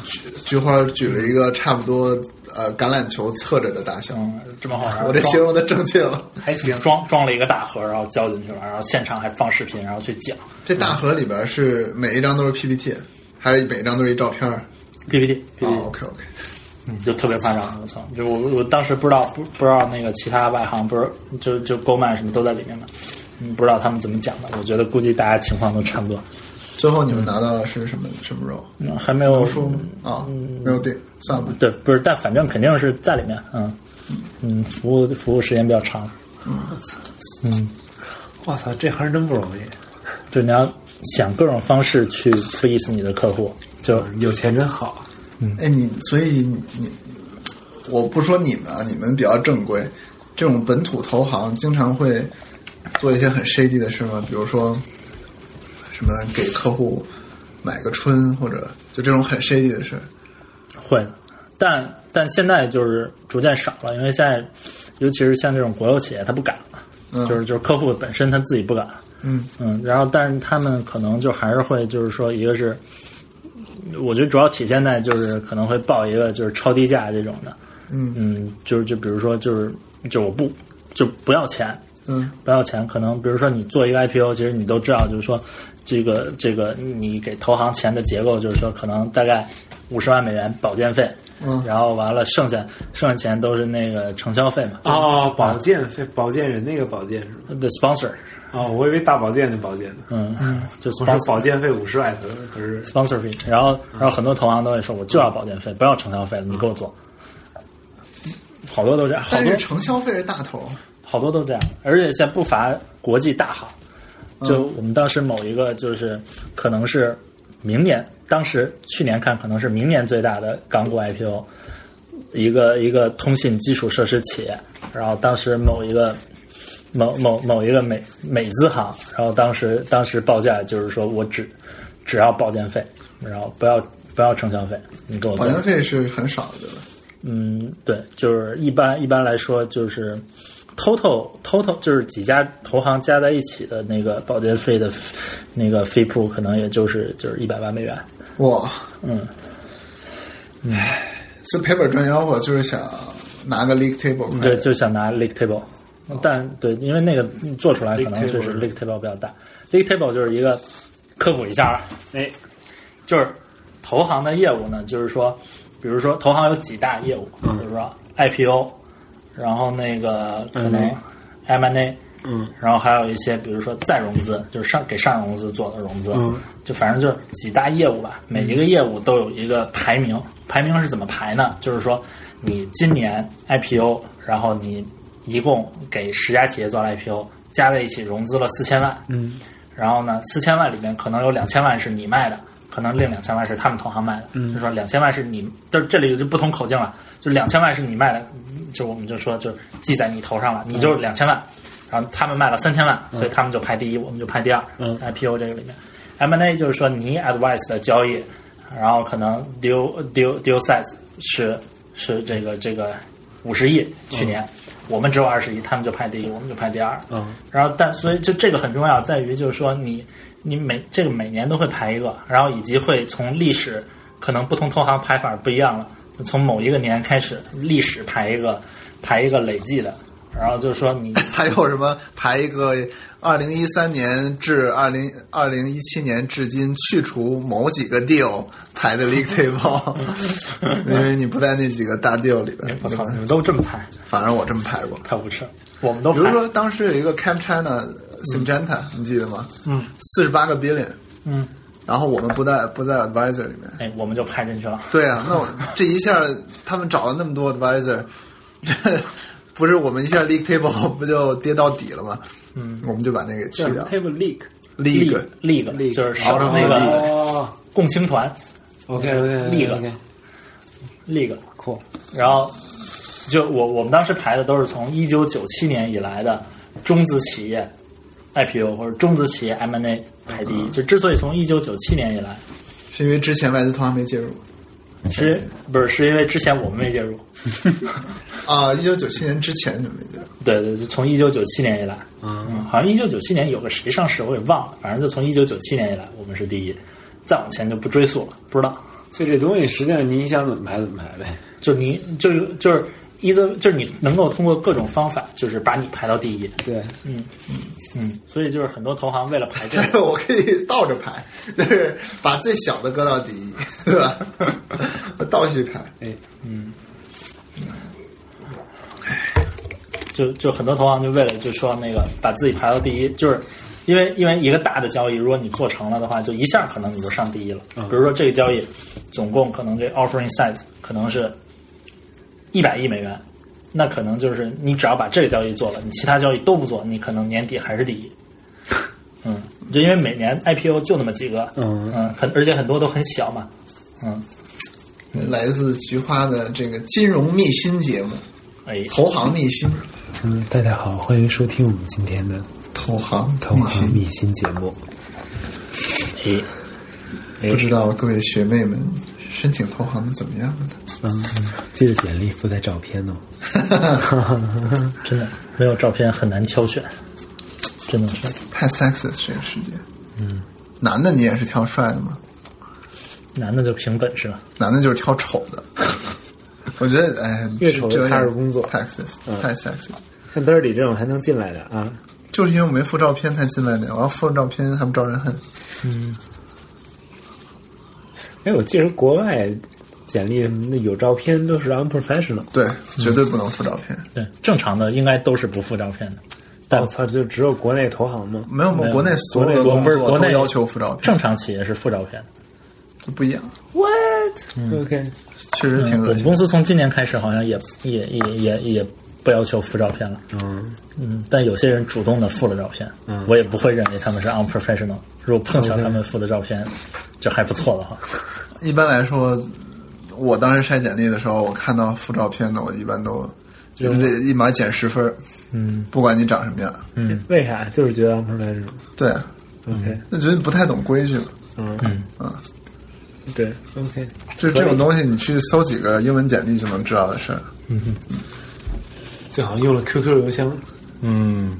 B: 菊花举了一个差不多呃橄榄球侧着的大小，
C: 嗯，这么厚。然后
B: 我这
C: 装
B: 形容的正确吗？
C: 还行，装装了一个大盒，然后交进去了，然后现场还放视频，然后去讲
B: 这大盒里边是每一张都是 PPT，还是每一张都是一照片？啊
C: PPT PPT，、
B: ，OK OK，
C: 嗯，就特别夸张，我操！就我我当时不知道不不知道那个其他外行不是就就购买什么都在里面嘛，嗯，不知道他们怎么讲的，我觉得估计大家情况都差不多，
B: 最后你们拿到的是什么什么肉？
C: 嗯，还没有
B: 说吗？啊，没有定，算了。
C: 对，不是，但反正肯定是在里面，嗯嗯，服务服务时间比较长，嗯，
A: 我操，这行真不容易，
C: 就你要想各种方式去 please 你的客户，就
A: 有钱真好。
B: 哎，你所以你我不说你们啊，你们比较正规，这种本土投行经常会做一些很 shady 的事吗？比如说什么给客户买个春，或者就这种很 shady 的事。
C: 会的，但但现在就是逐渐少了，因为现在尤其是像这种国有企业，他不敢了，
B: 嗯
C: 就是就是客户本身他自己不敢，
B: 嗯
C: 嗯，然后但是他们可能就还是会就是说，一个是我觉得主要体现在就是可能会报一个就是超低价这种的，
B: 嗯
C: 嗯，就是就比如说就是就我不就不要钱，
B: 嗯
C: 不要钱，可能比如说你做一个 IPO，其实你都知道，就是说这个这个你给投行钱的结构，就是说可能大概五十万美元保荐费，
B: 嗯
C: 然后完了剩下剩下钱都是那个承销费嘛，
B: 啊
A: 哦，保健费，保健人那个保健是吗？
C: ，the sponsor，
A: 哦，我以为大保健的保健呢。
C: 嗯，就
A: 我说
C: sponsor
A: 保健费五十万，可是可是
C: sponsor fee，然后然后很多投行都会说，我就要保荐费，不要承销费了，你给我做，好多都这样，好
B: 但
C: 多
B: 是承销费是大头，
C: 好多都这样，而且现在不乏国际大行。就我们当时某一个就是可能是明年，当时去年看可能是明年最大的港股 IPO，一个一个通信基础设施企业，然后当时某一个某某某一个美美资行，然后当时当时报价就是说我只只要保荐费，然后不要不要承销费，你给我
B: 保
C: 做
B: 险费是很少的，对吧？
C: 嗯，对，就是一般一般来说就是 total total 就是几家投行加在一起的那个保洁费的那个费铺，可能也就是就是一百万美元。
B: 哇，
C: 嗯，
B: 这赔本赚吆喝就是想拿个 leak table 快
C: 对，
B: 点
C: 就想拿 leak table，但对，因为那个做出来可能就是
A: League
C: leak table 比较大。leak table 就是一个科普一下啊，哎，就是投行的业务呢，就是说，比如说投行有几大业务，
A: 嗯
C: 比如说 IPO，然后那个可能
A: M&A
C: M&A，
A: 嗯
C: 然后还有一些，比如说再融资，就是上给上融资做的融资，
A: 嗯
C: 就反正就是几大业务吧，每一个业务都有一个排名。排名是怎么排呢？就是说你今年 IPO，然后你一共给十家企业做了 IPO，加在一起融资了四千万，
A: 嗯
C: 然后呢，四千万里面可能有两千万是你卖的，可能另两千万是他们同行卖的。嗯，就说两千万是你，就是这里就不同口径了，就两千万是你卖的，就我们就说就是记在你头上了，你就是两千万。然后他们卖了三千万，所以他们就排第一，我们就排第二。
A: 嗯
C: ，IPO 这个里面，M&A 就是说你 advice 的交易，然后可能 deal deal deal size 是是这个这个五十亿，去年、我们只有二十亿，他们就排第一，我们就排第二。
A: 嗯
C: 然后但所以就这个很重要，在于就是说你你每这个每年都会排一个，然后以及会从历史可能不同投行排法不一样了，就从某一个年开始历史排一个排一个累计的，然后就是说你
B: 还有什么排一个二零一三年至二零二零一七年至今去除某几个 deal 排的 league <laughs> table，因为你不在那几个大 deal 里边，
C: 我
B: 对
C: 操，
B: 吧
C: 你们都这么排，
B: 反正我这么排过。
C: 太无耻了，我们都
B: 比
C: 排
B: 如说当时有一个 Cap China 呃 Syngenta，、你记得吗？
C: 嗯，
B: 四十八个 billion，
C: 嗯，
B: 然后我们不在不在 advisor 里面。
C: 哎，我们就排进去了。
B: 对啊，那我这一下他们找了那么多 advisor，这不是我们一下 league table 不就跌到底了吗？嗯，我们就把那个给去
A: 叫什么
B: 掉。
A: table leak。
B: league
C: League
A: League
C: 就是少
B: 哦
C: 那个
A: 哦
C: 共青团
A: ，OK OK
C: League
A: OK，
C: League，
A: 酷，
C: 然后就我我们当时排的都是从一九九七年以来的中资企业 IPO 或者中资企业 M&A 排第一。就之所以从一九九七年以来，
B: 是因为之前外资投行没介入
C: 是不是是因为之前我们没介入？
B: 啊，一九九七年之前就没介 <laughs> 入。
C: 对对，就从一九九七年以来，
A: 嗯，
C: 嗯，好像一九九七年有个谁上市我给忘了，反正就从一九九七年以来我们是第一，再往前就不追溯了，不知道。
A: 就这东西，实际上你想怎么排怎么排呗。
C: 就你就是就是一则就是你能够通过各种方法，就是把你排到第一。
A: 对，
C: 嗯，所以就是很多投行为了排这
B: 但
C: 个
B: 是。我可以倒着排， <laughs> 就是把最小的搁到第一， <laughs> 对吧？我倒序排。
A: 哎，
C: 就就很多投行就为了就说那个把自己排到第一，就是因为因为一个大的交易，如果你做成了的话，就一下可能你就上第一了。
A: 嗯
C: 比如说这个交易，总共可能这 offering size 可能是一百亿美元，那可能就是你只要把这个交易做了，你其他交易都不做，你可能年底还是第一。嗯，就因为每年 IPO 就那么几个，
A: 嗯
C: 嗯，很而且很多都很小嘛，嗯，
B: 来自菊花的这个金融秘辛节目
C: 哎，
B: 《投行秘辛》。
E: 嗯，大家好，欢迎收听我们今天的
B: 投行
E: 投
B: 秘
E: 行
B: 辛，
E: 秘辛节目。
C: 哎，
B: 不知道各位学妹们申请投行的怎么样了呢？
E: 嗯，记得简历附带照片哦。 <laughs>
C: 真的没有照片很难挑选，真的是
B: 太 sexist 这个世界。嗯，男的你也是挑帅的吗？
C: 男的就凭本事了。
B: 男的就是挑丑 <laughs> 的。我觉得，哎，
A: 越丑越踏实工作
B: ，sexist，太 sexist。
E: 像 Dirty 这种还能进来的啊，
B: 就是因为我没附照片才进来的，我要附照片还不招人恨。
E: 哎，我记得国外简历什么的有照片都是 unprofessional，
B: 对，绝对不能附照片。
C: 对，正常的应该都是不附照片的，但
E: 我操，就只有国内投行吗？
B: 没有，我们
C: 没有
B: 国内所有的
C: 国内
B: 工
C: 不是
B: 作
C: 国
B: 都
C: 内
B: 要求附照片，
C: 正常企业是附照片的。
B: 这不一样，
E: OK，
B: 确实挺
C: 嗯我
B: 恶
C: 们
B: 心。
C: 公司从今年开始好像也也也也也不要求附照片了。
E: 嗯，
C: 嗯，但有些人主动的附了照片，
E: 嗯
C: 我也不会认为他们是 unprofessional。如果碰巧他们附的照片就还不错的话，
B: 一般来说，我当时筛简历的时候，我看到附照片的，我一般都就是立马减十分。嗯，不管你长什么样，
E: 嗯，为啥？就是觉得 unprofessional。
B: 对，
E: OK，
B: 就觉得不太懂规矩嘛。
E: 嗯
B: 嗯
E: 对，OK，
B: 就这种东西，你去搜几个英文简历就能知道的事儿。
A: 最好用了 QQ 邮箱，
E: 嗯，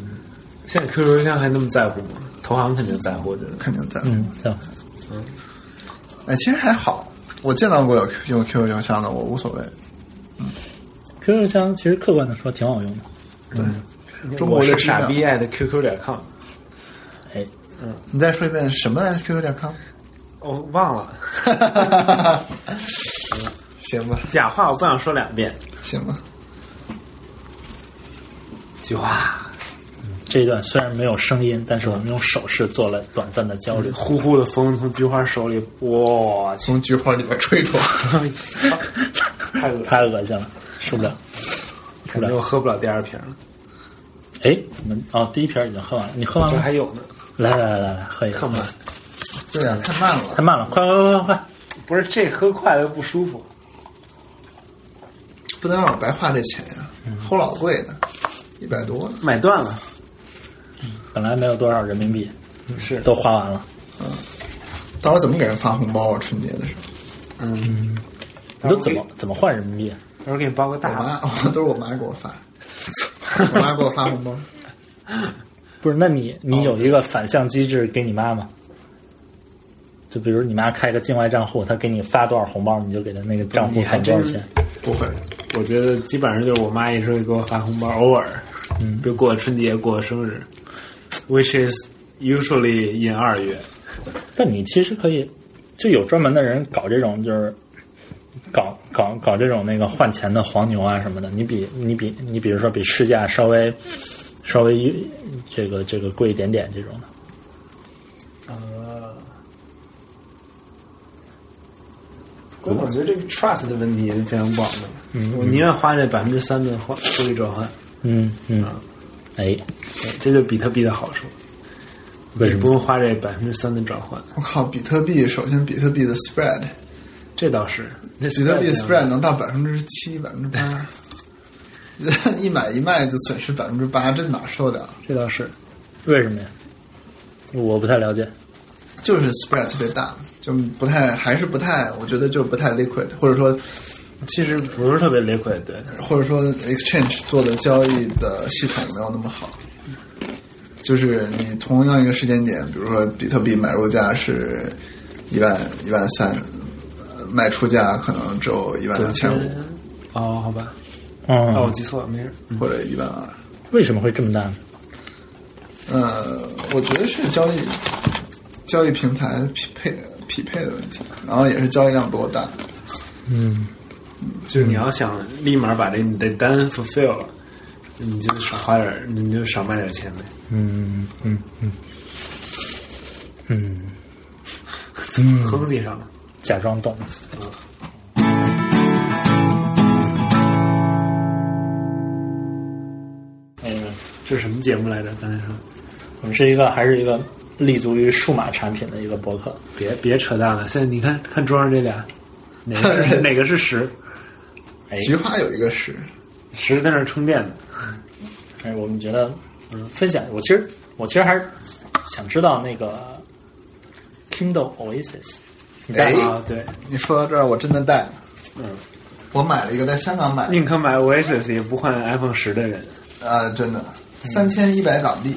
A: 现在 QQ 邮箱还那么在乎吗？投行肯定在乎，我觉得。
B: 肯定在。
C: 嗯，这样
B: 哎，其实还好，我见到过有用 QQ 邮箱的，我无所谓。
C: QQ 邮箱其实客观的说挺好用的。
B: 对，中国
A: 我
B: 的
A: 是
B: 知
A: 傻
B: 识
A: 逼爱的 QQ 点 com，
C: 哎，
B: 你再说一遍什么来着？QQ 点 <laughs> com。
A: 哦，忘了，
B: 行吧，
A: 假话我不想说两遍。
B: 行吧，
A: 菊花
C: 这一段虽然没有声音，但是我们用手势做了短暂的交流。
B: 嗯
A: 呼呼的风从菊花手里，我去，
B: 从菊花里边吹出来。
A: 太恶心了，
C: 太恶心了，受不
B: 嗯
C: 了。
A: 肯定我喝不了第二瓶了，
C: 哎，我们哦，第一瓶已经喝完了，你喝完
A: 这
C: 了吗？
A: 还有呢。
C: 来来来来来，喝一个。
A: 干嘛？
B: 对呀、太慢了。
C: 太慢了，快快快快快！
A: 不是这喝快了不舒服，
B: 不能让我白花这钱呀、齁老贵的，一百多呢。
A: 买断了。
C: 本来没有多少人民币，
A: 是，
C: 都花完了，
B: 到时候怎么给人发红包啊？春节的时候，
A: 嗯，
C: 你都怎么怎么换人民币啊？
A: 到时候给你包个
B: <laughs> 我
A: 大的，
B: 妈都是我妈给我发， <laughs> 我妈给我发红包。
C: 不是，那你你有一个反向机制给你妈吗？就比如你妈开个境外账户，她给你发多少红包，你就给她那个账户
A: 你还
C: 返多少
A: 真
C: 钱。
B: 不会，
A: 我觉得基本上就是我妈一直会给我发红包，偶尔，嗯，比如过春节、过生日，which is usually in 二月。
C: 但你其实可以，就有专门的人搞这种，就是搞搞搞这种那个换钱的黄牛啊什么的。你比你比你比如说比市价稍微稍微这个这个贵一点点这种的。
A: 啊我总觉得这个 trust 的问题是非常不好的，嗯，我宁愿花那百分之三的换收益转换，
C: 嗯嗯，哎，
A: 对这就比特币的好处，
C: 为什
A: 你
C: 么
A: 不用花这百分之三的转换，
B: 我靠，比特币首先比特币的 spread，
A: 这倒是。那
B: 比特币 spread
A: spread
B: 能到百分之七、百分之八， <laughs> 一买一卖就损失百分之八，这哪受得了？
A: 这倒是，
C: 为什么呀？我不太了解。
B: 就是 spread 特别大，就不太还是不太，我觉得就不太 liquid，或者说
A: 其实不是特别理亏，对，
B: 或者说 exchange 做的交易的系统没有那么好。就是你同样一个时间点，比如说比特币买入价是一万一万三，呃卖出价可能只有一万两千五
A: 哦，好吧，
C: 嗯
A: 哦，我记错了，没事。
B: 或者一万二。
C: 为什么会这么大呢？
B: 呃，我觉得是交易交易平台匹配匹配的问题，然后也是交易量不够大。
A: 就是你要想立马把这你的单 fulfill 了，你就少花点儿，你就少卖点钱呗。
C: 嗯嗯嗯嗯，
A: 哼唧上了，
C: 假装懂。嗯，
A: 这是什么节目来着？刚才说
C: 我们是一个还是一个立足于数码产品的一个博客。
A: 别别扯淡了，现在你看看桌上这俩，哪个
B: <laughs>
A: 是哪个是十？
B: 菊花有一个十，
A: 十在那儿充电呢。
C: 哎，我们觉得，嗯，分享，我其实我其实还是想知道那个 Kindle Oasis，你
B: 哎
C: 带吗？
A: 啊
C: 对，
B: 你说到这儿，我真的带了。
A: 嗯，
B: 我买了一个，在香港买的，
A: 宁可买 Oasis 也不换 iPhone 十的人。
B: 啊，真的，三千一百港币，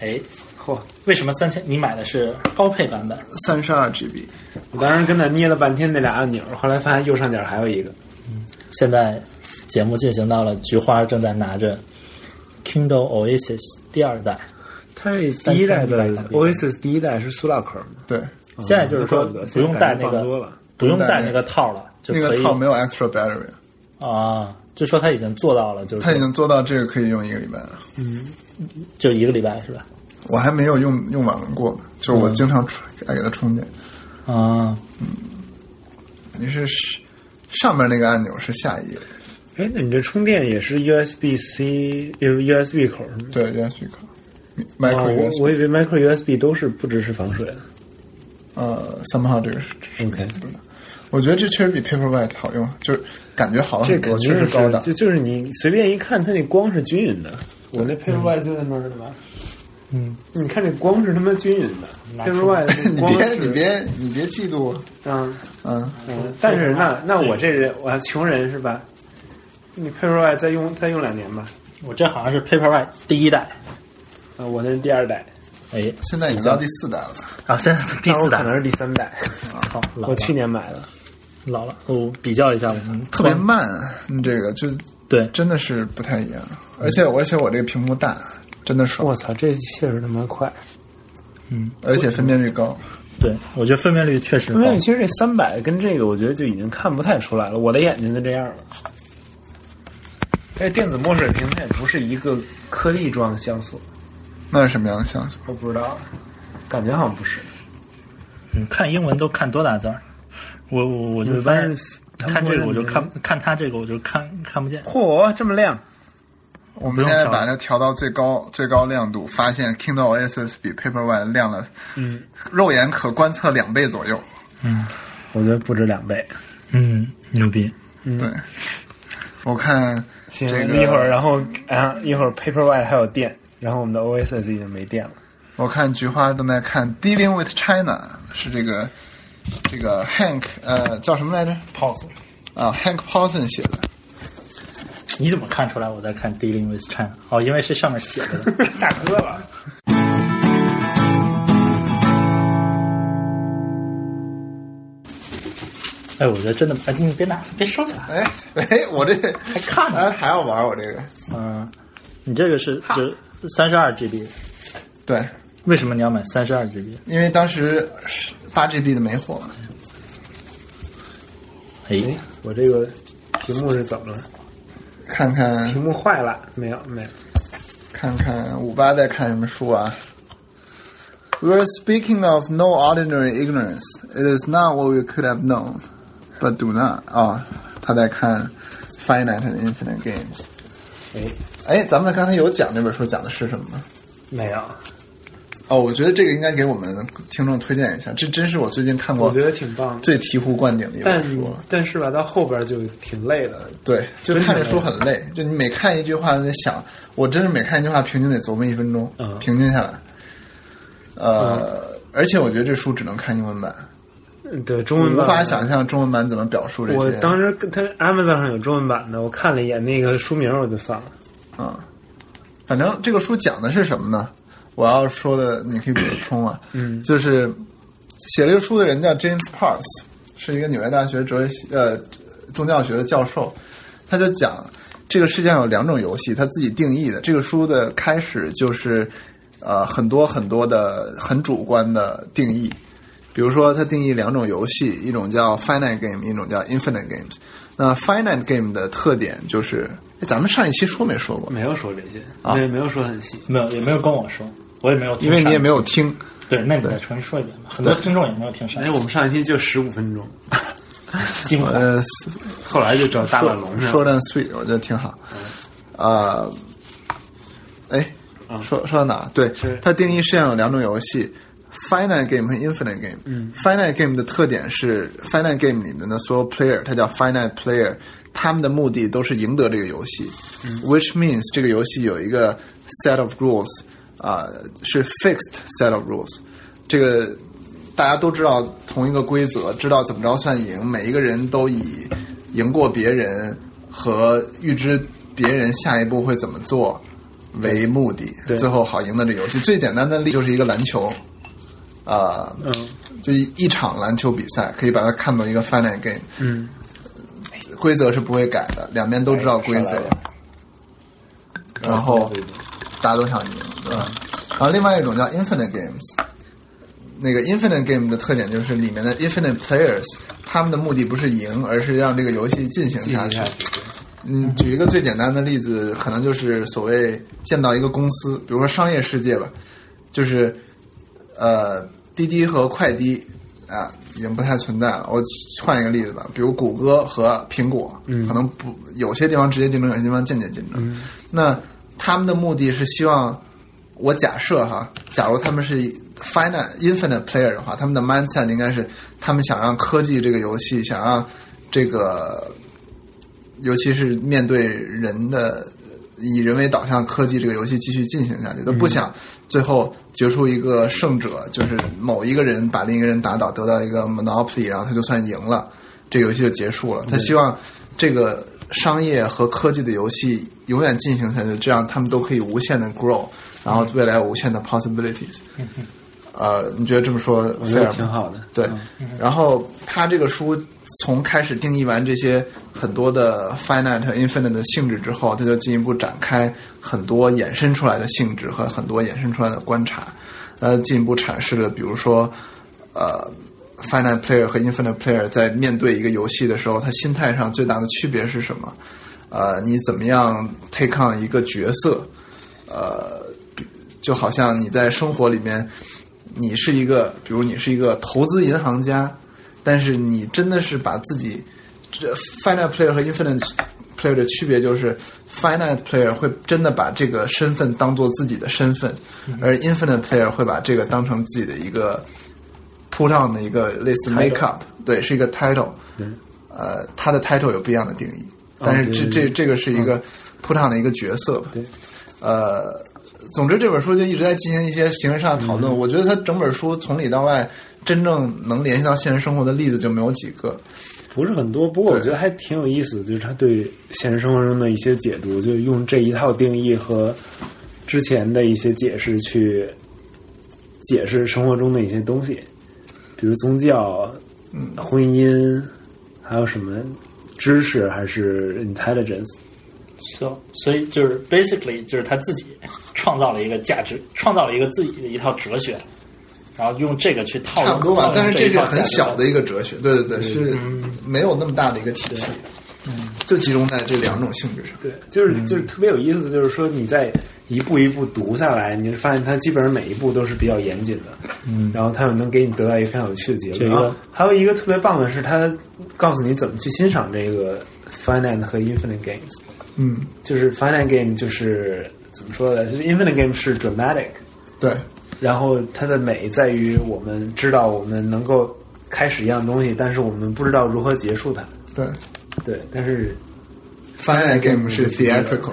C: 哎，
A: 嚯！
C: 为什么三千？你买的是高配版本？
B: 三十二 GB，
A: 我当时跟他捏了半天那俩按钮，后来发现右上角还有一个。
C: 现在节目进行到了，菊花正在拿着 Kindle Oasis 第二代，
E: 它这第一代的
C: 3100港币
E: Oasis 第一代是塑料壳嘛，
B: 对，
C: 现在就是说
E: 嗯
C: 不用带那
E: 感觉放多
C: 个
E: 了
C: 不用带那个套了，就
B: 那
C: 可
B: 个
C: 以
B: 套没有 extra battery，
C: 啊。就说他已经做到了，就是
B: 它已经做到这个可以用一个礼拜了。
C: 就一个礼拜是吧？
B: 我还没有用用完过呢，就是我经常充爱给它充电。
C: 啊，
B: 你是上面那个按钮是下一页，
E: 哎，那你这充电也是 USB C 有 USB 口是吗？
B: 对，USB 口
E: 啊，
B: ，micro
E: 我
A: 哦
B: USB，、
E: 我以为 micro USB 都是不支持防水的。
B: 呃，三八号这个是支持。
E: OK，
B: 我觉得这确实比 Paperwhite 好用，就是感觉好了
E: 这
B: 很
E: 肯
B: 多，确
E: 定
B: 实
E: 是
B: 高档。
E: 就就是你随便一看，它那光是均匀的。
A: 我那 Paperwhite 就在那儿呢吧？嗯，你看这光是他妈均匀的，Paperwhite
B: <laughs>
A: 那
B: <laughs> 你
A: 光
B: 别
A: 是
B: 你别你别嫉妒我，
A: 啊，
B: 嗯，
A: 嗯，但是那那我这人我还穷人是吧？你 Paperwhite 再用再用两年吧，
C: 我这好像是 Paperwhite 第一代，
A: 啊，我那是第二代，
C: 哎，
B: 现在已经到第四代了，
C: 啊，现在第
A: 那
C: 四
A: 我
C: 代
A: 可，能是第三代，
C: 好，老
A: 我
C: 了
A: 去年买的，
C: 老了，我比较一下，我们
B: 特别慢，你这个就
C: 对，
B: 真的是不太一样。而且而且我这个屏幕大，真的爽
A: 我，操，这确实他妈快，
B: 而且分辨率高。
C: 对，我觉得分辨率确实
E: 因
A: 嗯
C: 高。
E: 为其实这三百跟这个，我觉得就已经看不太出来了，我的眼睛就这样了。
A: 哎，电子墨水屏它也不是一个颗粒状的像素，
B: 那是什么样的像素？
A: 我不知道，感觉好像不是，
C: 你嗯看英文都看多大字儿？我我我就
A: 嗯反
C: 反
A: 正
C: 正看这个我就看看他这个我就看看不见。
A: 嚯，这么亮，
B: 我
C: 不
B: 们
C: 用
B: 现在
C: 调
B: 把它调到最高最高亮度，发现 Kindle Oasis 比 Paperwhite 亮了，嗯，肉眼可观测两倍左右。
E: 我觉得不止两倍。
C: 嗯，牛逼。
B: 对，我看
A: 嗯行，
B: 这个
A: 一会儿然后啊一会儿 Paperwhite 还有电，然后我们的 Oasis 已经没电了。
B: 我看菊花正在看《Dealing with China》，是这个这个 Hank 呃叫什么来着？
C: pose，
B: 啊，Hank Paulson 写的。
C: 你怎么看出来我在看《Dealing with China》？哦，因为是上面写着 <laughs> 的。大哥了，哎，我觉得真的，哎，你别拿，别收起来。
B: 哎哎，我这还
C: 看呢
B: 哎还要玩我这个？
C: 嗯，你这个是就三十二 GB，
B: 对，
C: 为什么你要买三十二 GB？
B: 因为当时八 GB 的没货，
C: 哎，
A: 我这个屏幕是怎么了？
B: 看看
A: 屏幕坏了？没有，没有。
B: 看看五八在看什么书啊？We're speaking of no ordinary ignorance. It is not what we could have known, but do not. 啊、他在看《Finite and Infinite Games》。
A: 哎，
B: 哎，咱们刚才有讲这本书讲的是什么吗？
A: 没有。
B: 哦，我觉得这个应该给我们听众推荐一下，这真是我最近看
A: 我
B: 过
A: 觉得挺棒的，
B: 最醍醐灌顶的一
A: 但
B: 本书。
A: 但是吧，到后边就挺累了。
B: 对，就看着书很累，就你每看一句话在想，我真是每看一句话平均得琢磨一分钟，
A: 嗯
B: 平均下来。呃，而且我觉得这书只能看英文版，
A: 嗯对，中文
B: 无
A: 版
B: 法。想象中文版怎么表述这些。
A: 我当时跟他 Amazon 上有中文版的，我看了一眼那个书名，我就算了。
B: 嗯，反正这个书讲的是什么呢？我要说的你可以补充啊，嗯， <clears throat> 就是写这个书的人叫 James Parks，是一个纽约大学哲学系呃宗教学的教授，他就讲这个世界上有两种游戏，他自己定义的。这个书的开始就是呃很多很多的很主观的定义，比如说，它定义两种游戏，一种叫 finite game，一种叫 infinite games。那 finite game 的特点就是，哎咱们上一期说没说过？
A: 没有说这些，
B: 啊
A: 没没有说很细。
C: 没有，也没有跟我说，我也没有听
B: 因
C: 上
B: 为
C: 一期，
B: 你也没有听。
C: 对，那你再重新说一遍吧。很多听众也没有听上一
A: 哎，
C: 期，
A: 我们上一期就十五分钟，
C: 几乎
B: 呃，
A: 后来就找大
B: 说
A: 懒龙去了
B: 说段 sweet，我觉得挺好。呃，哎，说说到哪儿？对，它定义世界上有两种游戏 finite game 和 infinite game。嗯，finite game 的特点是 finite game 里面的所有 player，它叫 finite player，他们的目的都是赢得这个游戏、w h i c h means 这个游戏有一个 set of rules，啊、是 fixed set of rules。这个大家都知道同一个规则，知道怎么着算赢，每一个人都以赢过别人和预知别人下一步会怎么做为目的，
E: 对
B: 最后好赢得这游戏。最简单的例就是一个篮球，啊、
A: 嗯，
B: 就一一场篮球比赛，可以把它看作一个 final game。
A: 嗯，
B: 规则是不会改的，两边都知道规则，然后大家都想赢，对吧？然后另外一种叫 infinite games，那个 infinite game 的特点就是里面的 infinite players，他们的目的不是赢，而是让这个游戏进行下去。嗯，举一个最简单的例子，可能就是所谓见到一个公司，比如说商业世界吧，就是呃，滴滴和快滴啊，已经不太存在了。我换一个例子吧，比如谷歌和苹果，可能不有些地方直接竞争，有些地方间接竞争。那他们的目的是希望，我假设哈，假如他们是 finite infinite player 的话，他们的 mindset 应该是他们想让科技这个游戏，想让这个，尤其是面对人的。以人为导向科技这个游戏继续进行下去，
A: 嗯
B: 都不想最后决出一个胜者，就是某一个人把另一个人打倒，得到一个 monopoly，然后他就算赢了，这游戏就结束了。他希望这个商业和科技的游戏永远进行下去，这样他们都可以无限的 grow，然后未来有无限的 possibilities。呃，你觉得这么说
A: 我觉
B: fair
A: 得
B: 吗？
A: 挺好的。
B: 啊
A: 嗯
B: 对，然后他这个书从开始定义完这些很多的 finite 和 infinite 的性质之后，他就进一步展开很多衍生出来的性质和很多衍生出来的观察，呃，进一步阐释了，比如说，呃。finite player 和 infinite player 在面对一个游戏的时候，他心态上最大的区别是什么？呃，你怎么样 take on 一个角色？呃，就好像你在生活里面，你是一个，比如你是一个投资银行家，但是你真的是把自己这 finite player 和 infinite player 的区别就是 finite player 会真的把这个身份当做自己的身份，而 infinite player 会把这个当成自己的一个铺上的一个类似 make up，对，是一个 title，呃，它的 title 有不一样的定义，但是
A: 对
B: 这
A: 对
B: 这这个是一个铺上的一个角色吧，呃，总之这本书就一直在进行一些形式上的讨论。我觉得它整本书从里到外，真正能联系到现实生活的例子就没有几个。
A: 不是很多，不过我
B: 对
A: 觉得还挺有意思，就是他对现实生活中的一些解读，就用这一套定义和之前的一些解释去解释生活中的一些东西，比如宗教、嗯、婚姻，还有什么知识还是 intelligence，
C: 所所以就是 basically 就是他自己创造了一个价值，创造了一个自己的一套哲学，然后用这个去套用。
B: 差不多吧
C: 套，用
B: 但是
C: 哦这
B: 这
C: 一
B: 是
C: 套
B: 很小
C: 价值
B: 的一个哲学，对对对，是没有那么大的一个体系，就集中在这两种性质上。
A: 对，就是就是
E: 嗯
A: 特别有意思，就是说你在一步一步读下来，你就发现它基本上每一步都是比较严谨的，嗯，然后它又能给你得到一个非常有趣的结
E: 这
A: 论。
E: 个
A: 然后还有一个特别棒的是，它告诉你怎么去欣赏这个 finite 和 infinite games，
B: 嗯，
A: 就是 finite game 就是怎么说呢？就是 infinite game 是 dramatic，
B: 对，
A: 然后它的美在于我们知道我们能够开始一样东西，但是我们不知道如何结束它。
B: 对
A: 对，但是
B: ，finite game 是 theatrical，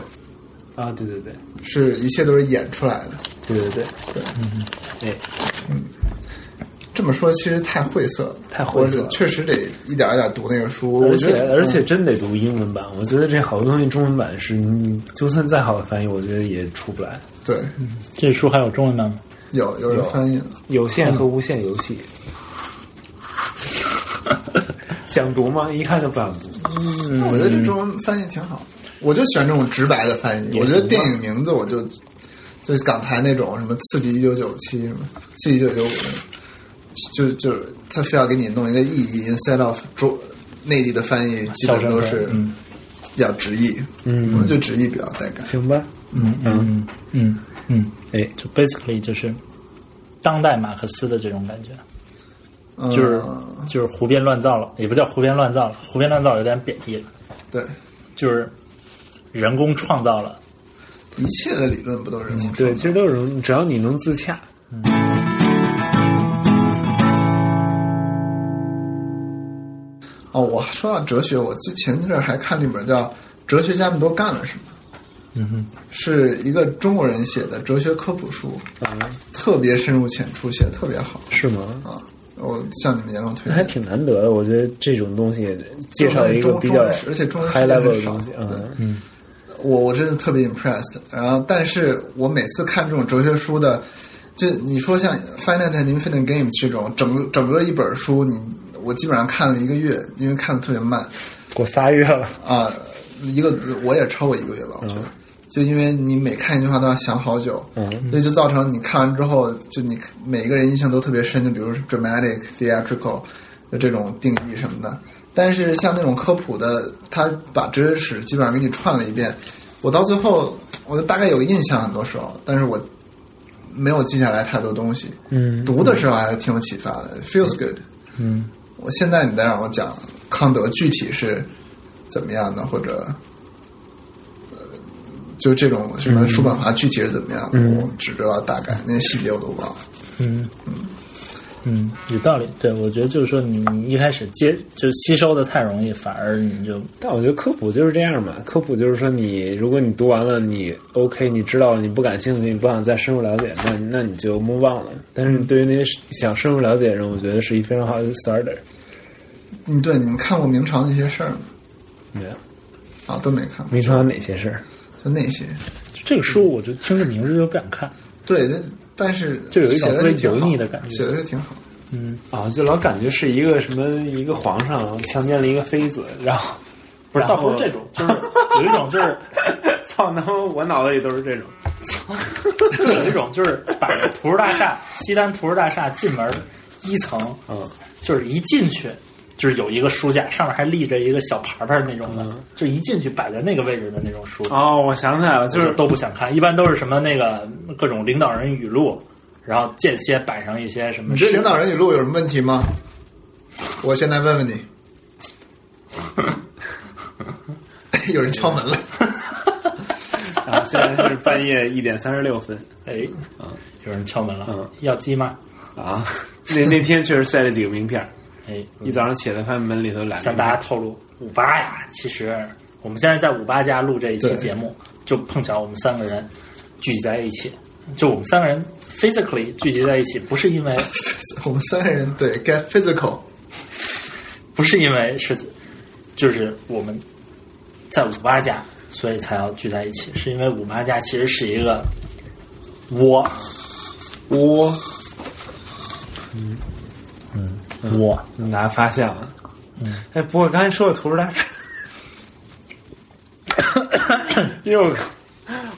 A: 啊，对对对，
B: 是一切都是演出来的。
A: 对对对，
E: 嗯
B: 这么说其实太晦涩了，
A: 太晦涩了
B: 我确实得一点一点读那个书。
E: 而
B: 我觉
E: 且
B: 得
E: 而且真得读英文版，我觉得这好多东西中文版是你就算再好的翻译，我觉得也出不来。
B: 嗯对，
C: 这书还有中文版吗？
B: 有有人翻译了。
A: 有
E: 嗯
A: 限和无限游
E: <laughs>
A: 戏。想读吗？一看就不想读。
B: 我觉得这中文翻译挺好，我就喜欢这种直白的翻译。我觉得电影名字我就就是港台那种什么《刺激一九九七》什么《刺激一九九五》，就就是他非要给你弄一个意义，instead of 中内地的翻译基本都是比较直译，嗯，我们就直译比较带感。
E: 行吧，
C: 嗯嗯嗯嗯，
E: 哎，
C: 就 basically 就是当代马克思的这种感觉，
B: 嗯
C: 就是就是胡编乱造了，也不叫胡编乱造了，胡编乱造有点贬义了，
B: 对
C: 就是人工创造了。
B: 一切的理论不都是这么说
E: 对，其实都是只要你能自洽。
B: 哦，我说到哲学，我之前一阵儿还看了一本叫《哲学家们都干了什么》，嗯哼，是一个中国人写的哲学科普书，特别深入浅出，写的特别好
E: 是吗？
B: 啊！我向你们严重推
E: 那还
B: 荐。
E: 挺难得的，我觉得这种东西介绍一个比较
B: 中中文而且中文时
E: high
B: 间很
E: level 的
B: 少
E: 东西，
B: 对
E: 嗯，
B: 我我真的特别 impressed。然后，但是我每次看这种哲学书的，就你说像《Finite and Infinite Games》这种，整个整个一本书，你我基本上看了一个月，因为看的特别慢
E: 过仨月了，
B: 啊、一个我也超过一个月吧，我觉得。就因为你每看一句话都要想好久，
E: 嗯
B: 所以就造成你看完之后，就你每一个人印象都特别深。就比如说 dramatic、theatrical 的这种定义什么的。但是像那种科普的，他把哲学史基本上给你串了一遍，我到最后我大概有印象，很多时候，但是我没有记下来太多东西。
E: 嗯
B: 读的时候还是挺有启发的、f e e l s good。
E: 嗯，
B: 我现在你再让我讲康德具体是怎么样的，或者呃就这种什么叔本华具体是怎么样的，
E: 嗯
B: 我只知道大概，那些细节我都忘了。
C: 嗯，嗯，有道理。对，我觉得就是说你，你一开始接就吸收的太容易，反而你就
E: 但我觉得科普就是这样嘛，科普就是说你如果你读完了，你 OK，你知道了，你不感兴趣，你不想再深入了解，那那你就 move on 了。但
A: 嗯
E: 是对于那些想深入了解的人，我觉得是一非常好的 starter。
B: 嗯，对，你们看过明朝那些事儿吗？
E: 没有，
B: 啊，都没看
C: 嗯
B: 过，
E: 明朝有哪些事儿？
B: 就那些。
C: 这个书，我就听着名字就不想看。
B: 对，但但是
C: 就有一种
B: 写的是挺好
C: 特别油腻的感觉嗯
B: 写的是挺好。
E: 啊，就老感觉是一个什么一个皇上强奸了一个妃子，然
A: <laughs>
E: 后
C: 不
E: 是
C: 倒
E: 倒
C: 不
E: 不
C: 是
E: 是
C: 这
E: 这种，
C: 种就是有一种就是
A: 操他妈！我脑子里都是这种。
C: 就有一种就是把图书大厦西单图书大厦进门一层，
E: 嗯，
C: 就是一进去就是有一个书架，上面还立着一个小牌牌那种的，就一进去摆在那个位置的那种书。
A: 哦，我想起来了，就
C: 就是
A: 是
C: 都不想看，一般都是什么那个各种领导人语录，然后间歇摆上一些什么
B: 你。这领导人语录有什么问题吗？我现在问问你。有人敲门了。
A: 啊，现在是半夜一点三十六分
C: 哎，有人敲门了，
A: 嗯
C: 要鸡吗？
A: 啊。那那天确实塞了几个名片儿，
C: 哎，
A: 一早上起来发现门里头俩名片儿。
C: 向大家透露，五八呀，其实我们现在在五八家录这一期
B: 对
C: 节目，就碰巧我们三个人聚集在一起，就我们三个人 physically 聚集在一起，不是因为
B: <laughs> 我们三个人对 get physical，
C: 不是因为是，就是我们在五八家，所以才要聚在一起，是因为五八家其实是一个窝，
A: 窝，
B: 嗯
C: 窝，
A: 大家发现了。哎，不过刚才说的图书大厦，因为我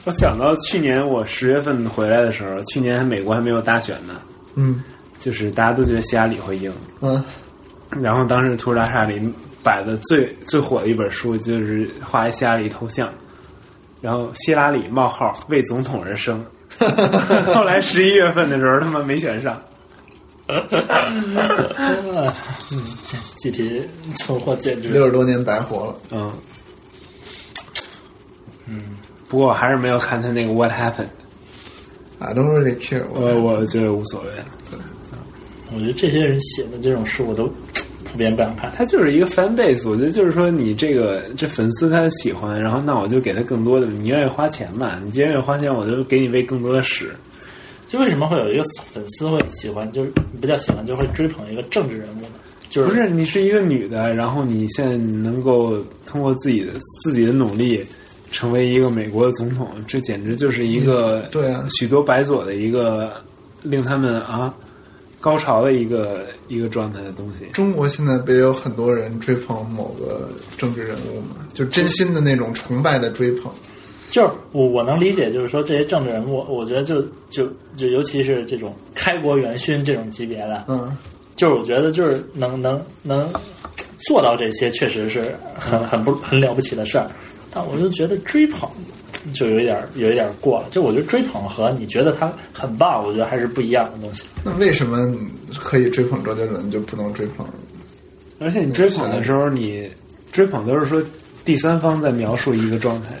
A: 我想到去年我十月份回来的时候，去年美国还没有大选呢，
B: 嗯
A: 就是大家都觉得希拉里会赢，
B: 嗯，
A: 然后当时图书大厦里摆的最最火的一本书就是画一希拉里头像，然后希拉里冒号为总统而生。后来十一月份的时候，他妈没选上，
C: 呃嗯这几题存货简直
B: 六十多年白活了。
A: 嗯，嗯，不过我还是没有看他那个 What Happened，呃
B: I don't really care 我。
A: 我我觉得无所谓，
C: 我觉得这些人写的这种书，我都普遍不想看。
A: 他就是一个 fan base，我觉得就是说你这个这粉丝他喜欢，然后那我就给他更多的，你愿意花钱吧，你既然愿意花钱，我就给你喂更多的屎，
C: 就为什么会有一个粉丝会喜欢，就是不叫喜欢，就会追捧一个政治人物呢？就
A: 不
C: 是
A: 是你是一个女的，然后你现在能够通过自己的自己的努力。成为一个美国的总统，这简直就是一个
B: 嗯对啊
A: 许多白左的一个令他们啊高潮的一个一个状态的东西。
B: 中国现在不也有很多人追捧某个政治人物嘛？就真心的那种崇拜的追捧。
C: 就是我我能理解，就是说这些政治人物，我觉得就就就尤其是这种开国元勋这种级别的，
B: 嗯，
C: 就是我觉得就是能能能做到这些，确实是很很不很了不起的事儿。但我就觉得追捧就有一点儿有一点儿过了。就我觉得追捧和你觉得他很棒，我觉得还是不一样的东西。
B: 那为什么可以追捧周杰伦就不能追捧？
A: 而且你追捧的时候，你追捧都是说第三方在描述一个状态，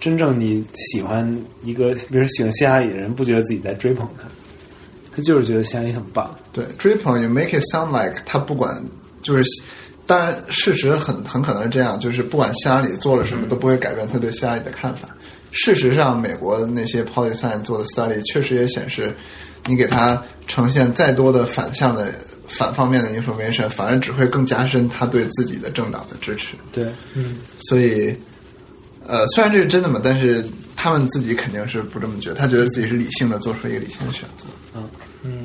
A: 真正你喜欢一个，比如喜欢希拉里的人，不觉得自己在追捧他，他就是觉得希拉里很棒。
B: 对，追捧 you make it sound like 他不管就是当然，事实很很可能是这样，就是不管希拉里做了什么，都不会改变他对希拉里的看法。事实上，美国那些 p o l i t i c i e n 做的 study 确实也显示，你给他呈现再多的反向的反方面的 information，反而只会更加深他对自己的政党的支持。
A: 对，
B: 所以，呃，虽然这是真的嘛，但是他们自己肯定是不这么觉得，他觉得自己是理性的，做出一个理性的选择。
A: 嗯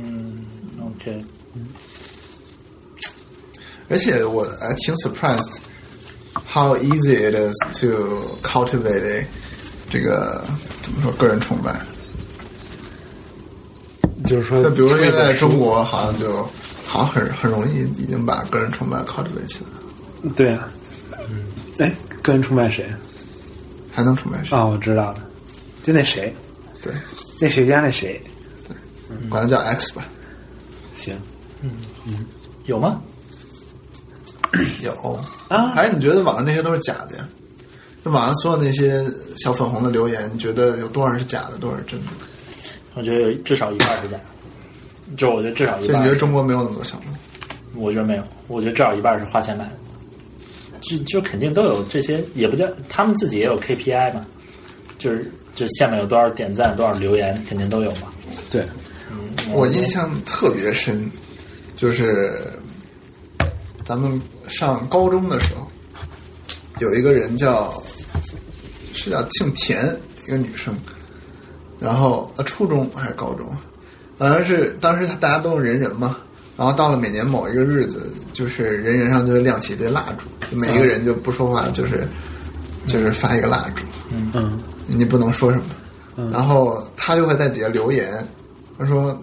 C: OK，
B: 而且我 I 挺 surprised how easy it is to cultivate a- 这个怎么说个人崇拜。
A: 就是说
B: 那，比如说现在中国好像就好像很很容易已经把个人崇拜 cultivate 起来，了，
A: 对啊，嗯，哎，个人崇拜谁
B: 还能崇拜谁？
A: 啊、我知道了，就那谁，
B: 对，
A: 那谁家那谁，
B: 管他 <laughs> 叫 X 吧。
A: 行
C: 有吗？
B: 有
A: 啊
B: 还是你觉得网上那些都是假的呀？就网上所有那些小粉红的留言，你觉得有多少是假的，多少是真的？
C: 我觉得有至少一半是假的，就我觉得至少一
B: 所以
C: 半
B: 你觉
C: 是
B: 得中国没有那么多小粉红？
C: 我觉得没有，我觉得至少一半是花钱买的。就就肯定都有这些，也不叫他们自己也有 KPI 嘛，就是就下面有多少点赞、多少留言，肯定都有嘛。
A: 对，
B: 我印象特别深，就是咱们上高中的时候，有一个人叫是叫姓田，一个女生，然后呃初中还是高中，反正是当时大家都用人人嘛，然后到了每年某一个日子，就是人人上就会亮起一堆蜡烛，每一个人就不说话，就是就是发一个蜡烛，
A: 嗯，
B: 你不能说什么。然后他就会在底下留言，他说：“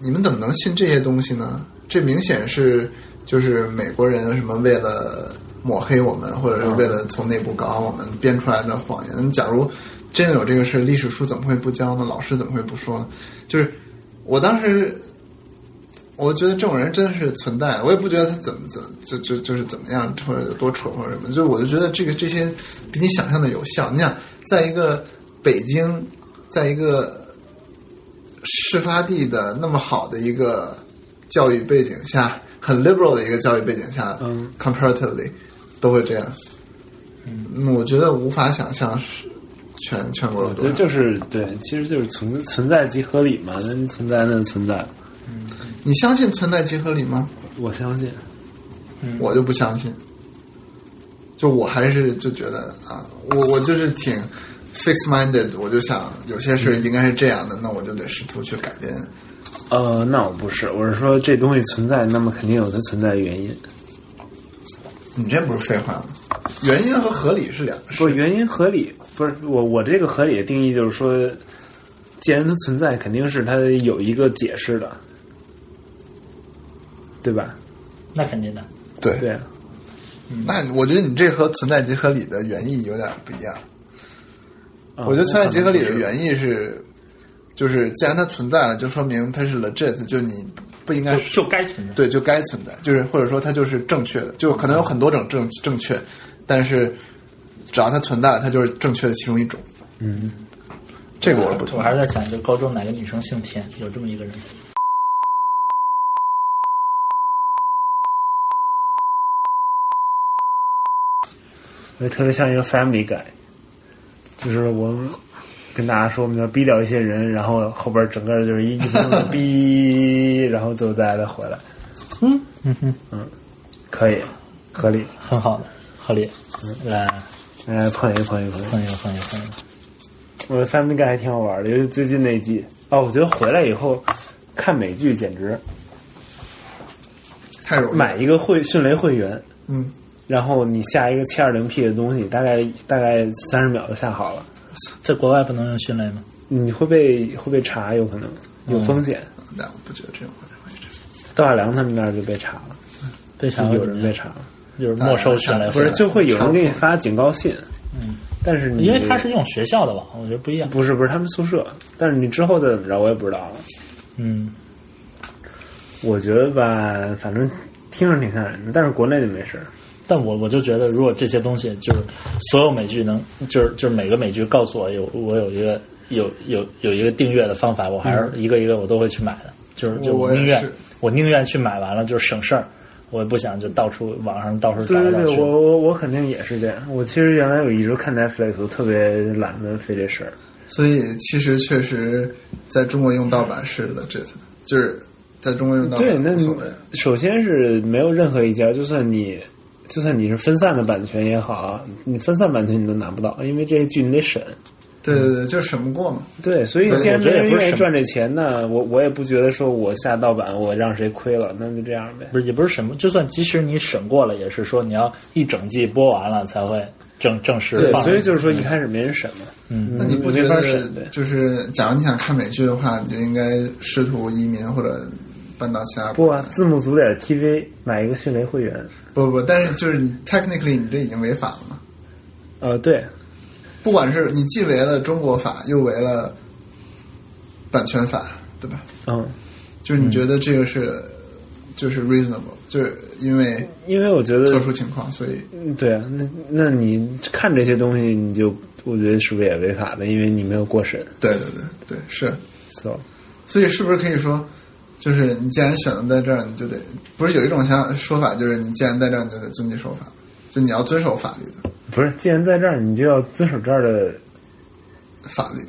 B: 你们怎么能信这些东西呢？这明显是就是美国人什么为了抹黑我们，或者是为了从内部搞我们编出来的谎言。假如真的有这个事，历史书怎么会不教呢？老师怎么会不说呢？就是我当时。”我觉得这种人真的是存在，我也不觉得他怎么怎么就就就是怎么样或者有多蠢或者什么，就我就觉得这个这些比你想象的有效。你想，在一个北京，在一个事发地的那么好的一个教育背景下，很 liberal 的一个教育背景下、
A: 嗯
B: c o m p a r a t i v e l y 都会这样。嗯，我觉得无法想象是全全国有
A: 我觉得
B: 多少。
A: 就是对，其实就是存存在即合理嘛，那存在那存在，
B: 你相信存在集合理吗？
A: 我相信，
B: 我就不相信。就我还是就觉得啊，我我就是挺 fix minded，我就想有些事应该是这样的，那我就得试图去改变。
A: 呃，那我不是，我是说这东西存在，那么肯定有它存在的原因。
B: 你这不是废话吗？原因和合理是两个事
A: 不，。原因合理不是我我这个合理的定义就是说，既然它存在，肯定是它有一个解释的，对吧？
C: 那肯定的，
B: 对，
A: 对啊，
B: 那我觉得你这和存在即合理的原意有点不一样。
A: 啊
B: 我觉得存在即合理的
A: 我可能
B: 原意是，就是既然它存在了，就说明它是 legit，就你不应该
C: 就就该存在。
B: 哎对，就该存在，就是或者说它就是正确的，就可能有很多种正正确，但是只要它存在了，它就是正确的其中一种。嗯，这个我是不同
C: 我
B: 意。
C: 还是在想，就高中哪个女生姓田，有这么一个人。
A: 我特别像一个 family guy，就是我们跟大家说我们要逼掉一些人，然后后边整个就是一一分钟的 <laughs> 逼，然后最后大家再回来。嗯嗯嗯，可以，合理。
C: 很好的，合理。来，
A: 来碰一个碰一个碰一个，
C: 朋友，朋友，朋友，
A: 我的 family guy 还挺好玩的，尤其最近那一季。哦，我觉得回来以后看美剧简直
B: 太容易了
A: 买一个会迅雷会员，
B: 嗯，
A: 然后你下一个七二零 P 的东西，大概大概三十秒就下好了。
C: 在国外不能用迅雷吗？
A: 你会被会被查，有可能有风险。
B: 那我不觉得这种回事。
A: 窦亚良他们那儿就被查了，嗯
C: 被
A: 就
C: 查
A: 有人被查了，
C: 就是没收迅雷，
B: 不
A: 不是就会有人给你发警告信。
C: 嗯，
A: 但是你
C: 因为他是用学校的网，我觉得不一样。
A: 不是不是他们宿舍？但是你之后再怎么着，我也不知道了。
C: 嗯，
A: 我觉得吧，反正听着挺吓人的，但是国内就没事儿。
C: 但我我就觉得，如果这些东西就是所有美剧能，就是就是每个美剧告诉我有我有一个有有有一个订阅的方法，我
A: 嗯
C: 还是一个一个我都会去买的。就是就
B: 我
C: 我
B: 也
C: 宁愿
B: 是
C: 我宁愿去买完了，就是省事儿。我不想就到处网上到处找
A: 对
C: 来
A: 对
C: 找
A: 对，
C: 去。
A: 我我我肯定也是这样。我其实原来有一直看 Netflix，我特别懒得费这事儿。
B: 所以其实确实在中国用盗版是 legit，的就是在中国用盗
A: 对，
B: 版
A: 那
B: 无
A: 你
B: 所谓。
A: 首先是没有任何一家，就算你就算你是分散的版权也好啊，你分散版权你都拿不到，因为这些剧你得审。
B: 对对对，就是审不过嘛。
A: 对，所以既然
C: 我
A: 没
C: 觉得也
A: 人
C: 不是
A: 愿意
C: 审
A: 赚这钱呢，我我也不觉得说我下盗版我让谁亏了，那就这样呗。
C: 不是也不是审，就算即使你审过了，也是说你要一整季播完了才会正正式
A: 对，
C: 放。
A: 所以就是说一开始没人审嘛，
C: 嗯
B: 那你不觉
A: 没法审
B: 得
A: 对
B: 就是，假如你想看美剧的话，你就应该试图移民或者搬到其他
A: 不
B: 国
A: 啊
B: 家。，
A: 字幕组点 TV 买一个迅雷会员，
B: 不不，但是就是你 technically 你这已经违法了嘛。
A: 呃，对，
B: 不管是你既违了中国法，又违了版权法，对吧？
A: 嗯，
B: 就是你觉得这个是、就是 reasonable，就是因为
A: 因为我觉得
B: 特殊情况，所以
A: 嗯对啊，那那你看这些东西，你就我觉得是不是也违法的？因为你没有过审
B: 对对对对是，
A: ，so
B: 所以是不是可以说，就是你既然选择在这儿，你就得不是有一种想说法，就是你既然在这儿，你就得遵纪守法，就你要遵守法律的
A: 不是，既然在这儿，你就要遵守这儿的
B: 法律。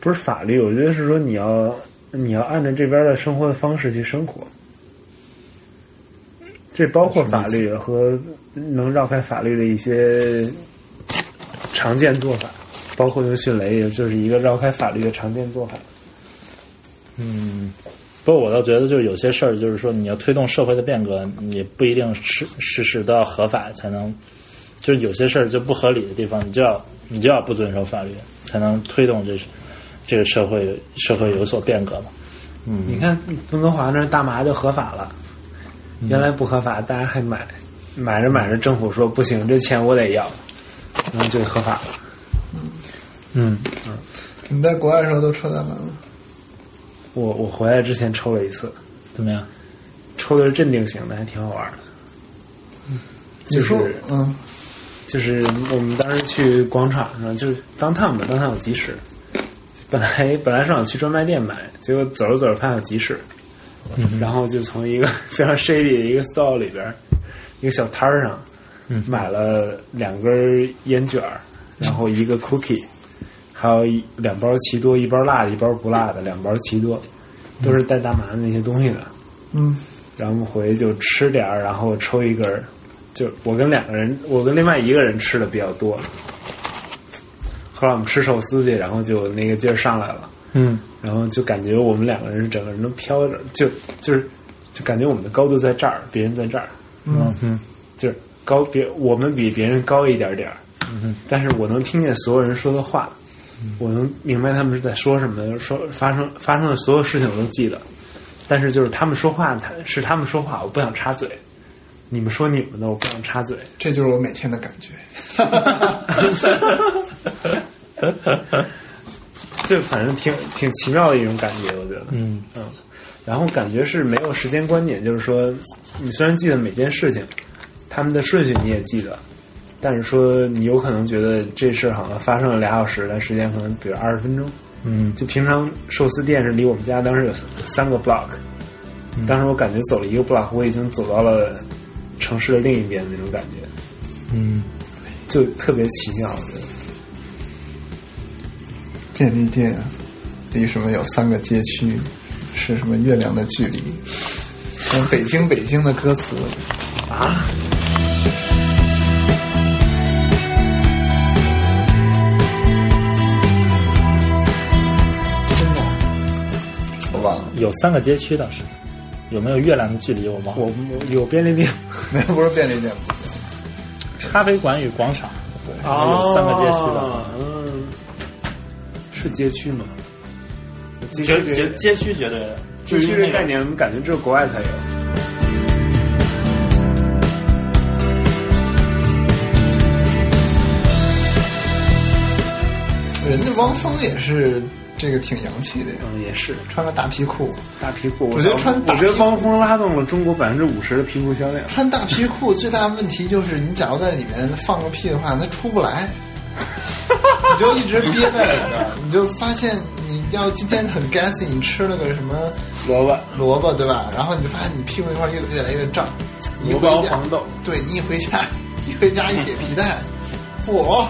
A: 不是法律，我觉得是说你要你要按照这边的生活的方式去生活，这包括法律和能绕开法律的一些常见做法，包括用迅雷，也就是一个绕开法律的常见做法。
C: 嗯，不过我倒觉得就是有些事儿，就是说你要推动社会的变革，你不一定事事事都要合法才能，就是有些事儿就不合理的地方，你就要你就要不遵守法律，才能推动这这个社会社会有所变革嘛。
F: 你看
A: 温哥华那儿大麻就合法了，原来不合法，大家还买，买着买着，政府说不行，这钱我得要，然后就合法了。嗯
B: 你在国外的时候都抽大麻吗？
A: 我我回来之前抽了一次，
C: 怎么样？
A: 抽的是镇定型的，还挺好玩的。
B: 嗯你说
A: 就是
B: 嗯，
A: 就是我们当时去广场上，就是当趟嘛，当趟有集市。本来本来是想去专卖店买，结果走着走着发现有集市，
B: 嗯
A: 然后就从一个 <laughs> 非常 shady 的一个 store 里边儿，一个小摊儿上，
B: 嗯
A: 买了两根烟卷儿，然后一个 cookie，还有一两包奇多，一包辣的，一包不辣的，两包奇多，都是带大麻的那些东西的。
B: 嗯，
A: 然后我们回去就吃点儿，然后抽一根儿。就我跟两个人，我跟另外一个人吃的比较多。后来我们吃寿司去，然后就那个劲儿上来了，
C: 嗯，
A: 然后就感觉我们两个人整个人都飘着，就就是就感觉我们的高度在这儿，别人在这儿，
B: 嗯
A: 嗯，就是高别我们比别人高一点点儿，嗯，但是我能听见所有人说的话，我能明白他们是在说什么，说发生发生的所有事情我都记得，但是就是他们说话，他是他们说话，我不想插嘴。你们说你们的，我不想插嘴。
B: 这就是我每天的感觉。
A: 这反正挺挺奇妙的一种感觉，我觉得。嗯然后感觉是没有时间观念，就是说，你虽然记得每件事情，他们的顺序你也记得，但是说你有可能觉得这事儿好像发生了俩小时，但时间可能比如二十分钟。嗯，就平常寿司店是离我们家当时有三个 block，、当时我感觉走了一个 block，我已经走到了城市的另一边那种感觉。嗯，就特别奇妙，我觉得。
B: 便利店离什么有三个街区，是什么月亮的距离？嗯，北京北京的歌词，啊真的，我忘 <laughs> 了，
C: 有三个街区倒是，有没有月亮的距离我忘了。
A: 我我有便利店
B: 没有，不是便利店，
C: 咖啡馆与广场，对，有三个街区的。
A: 嗯，是街区吗？街
C: 街
A: 区这
C: 街
A: 个
C: 街区绝对的，
A: 街区
C: 那
A: 这
C: 个
A: 概念，我们感觉只有国外才有。
B: 人家汪峰也是这个挺洋气的呀，
A: 嗯，也是
B: 穿个大皮裤，
A: 大皮裤。
B: 我觉得穿大
A: 我觉得汪峰拉动了中国百分之五十的皮裤销量。
B: 穿大皮裤最大的问题就是，你假如在里面放个屁的话，它出
A: <laughs>
B: 不来，你就一直憋在里边儿，你就发现你要今天很干净，你吃了个什么
A: 萝卜，
B: 萝卜对吧？然后你就发现你屁股那块儿越越来越胀，一
A: 国
B: 回
A: 宝
B: 家
A: 黄豆，
B: <laughs> 对你一回家，一回家一解皮带，嚯，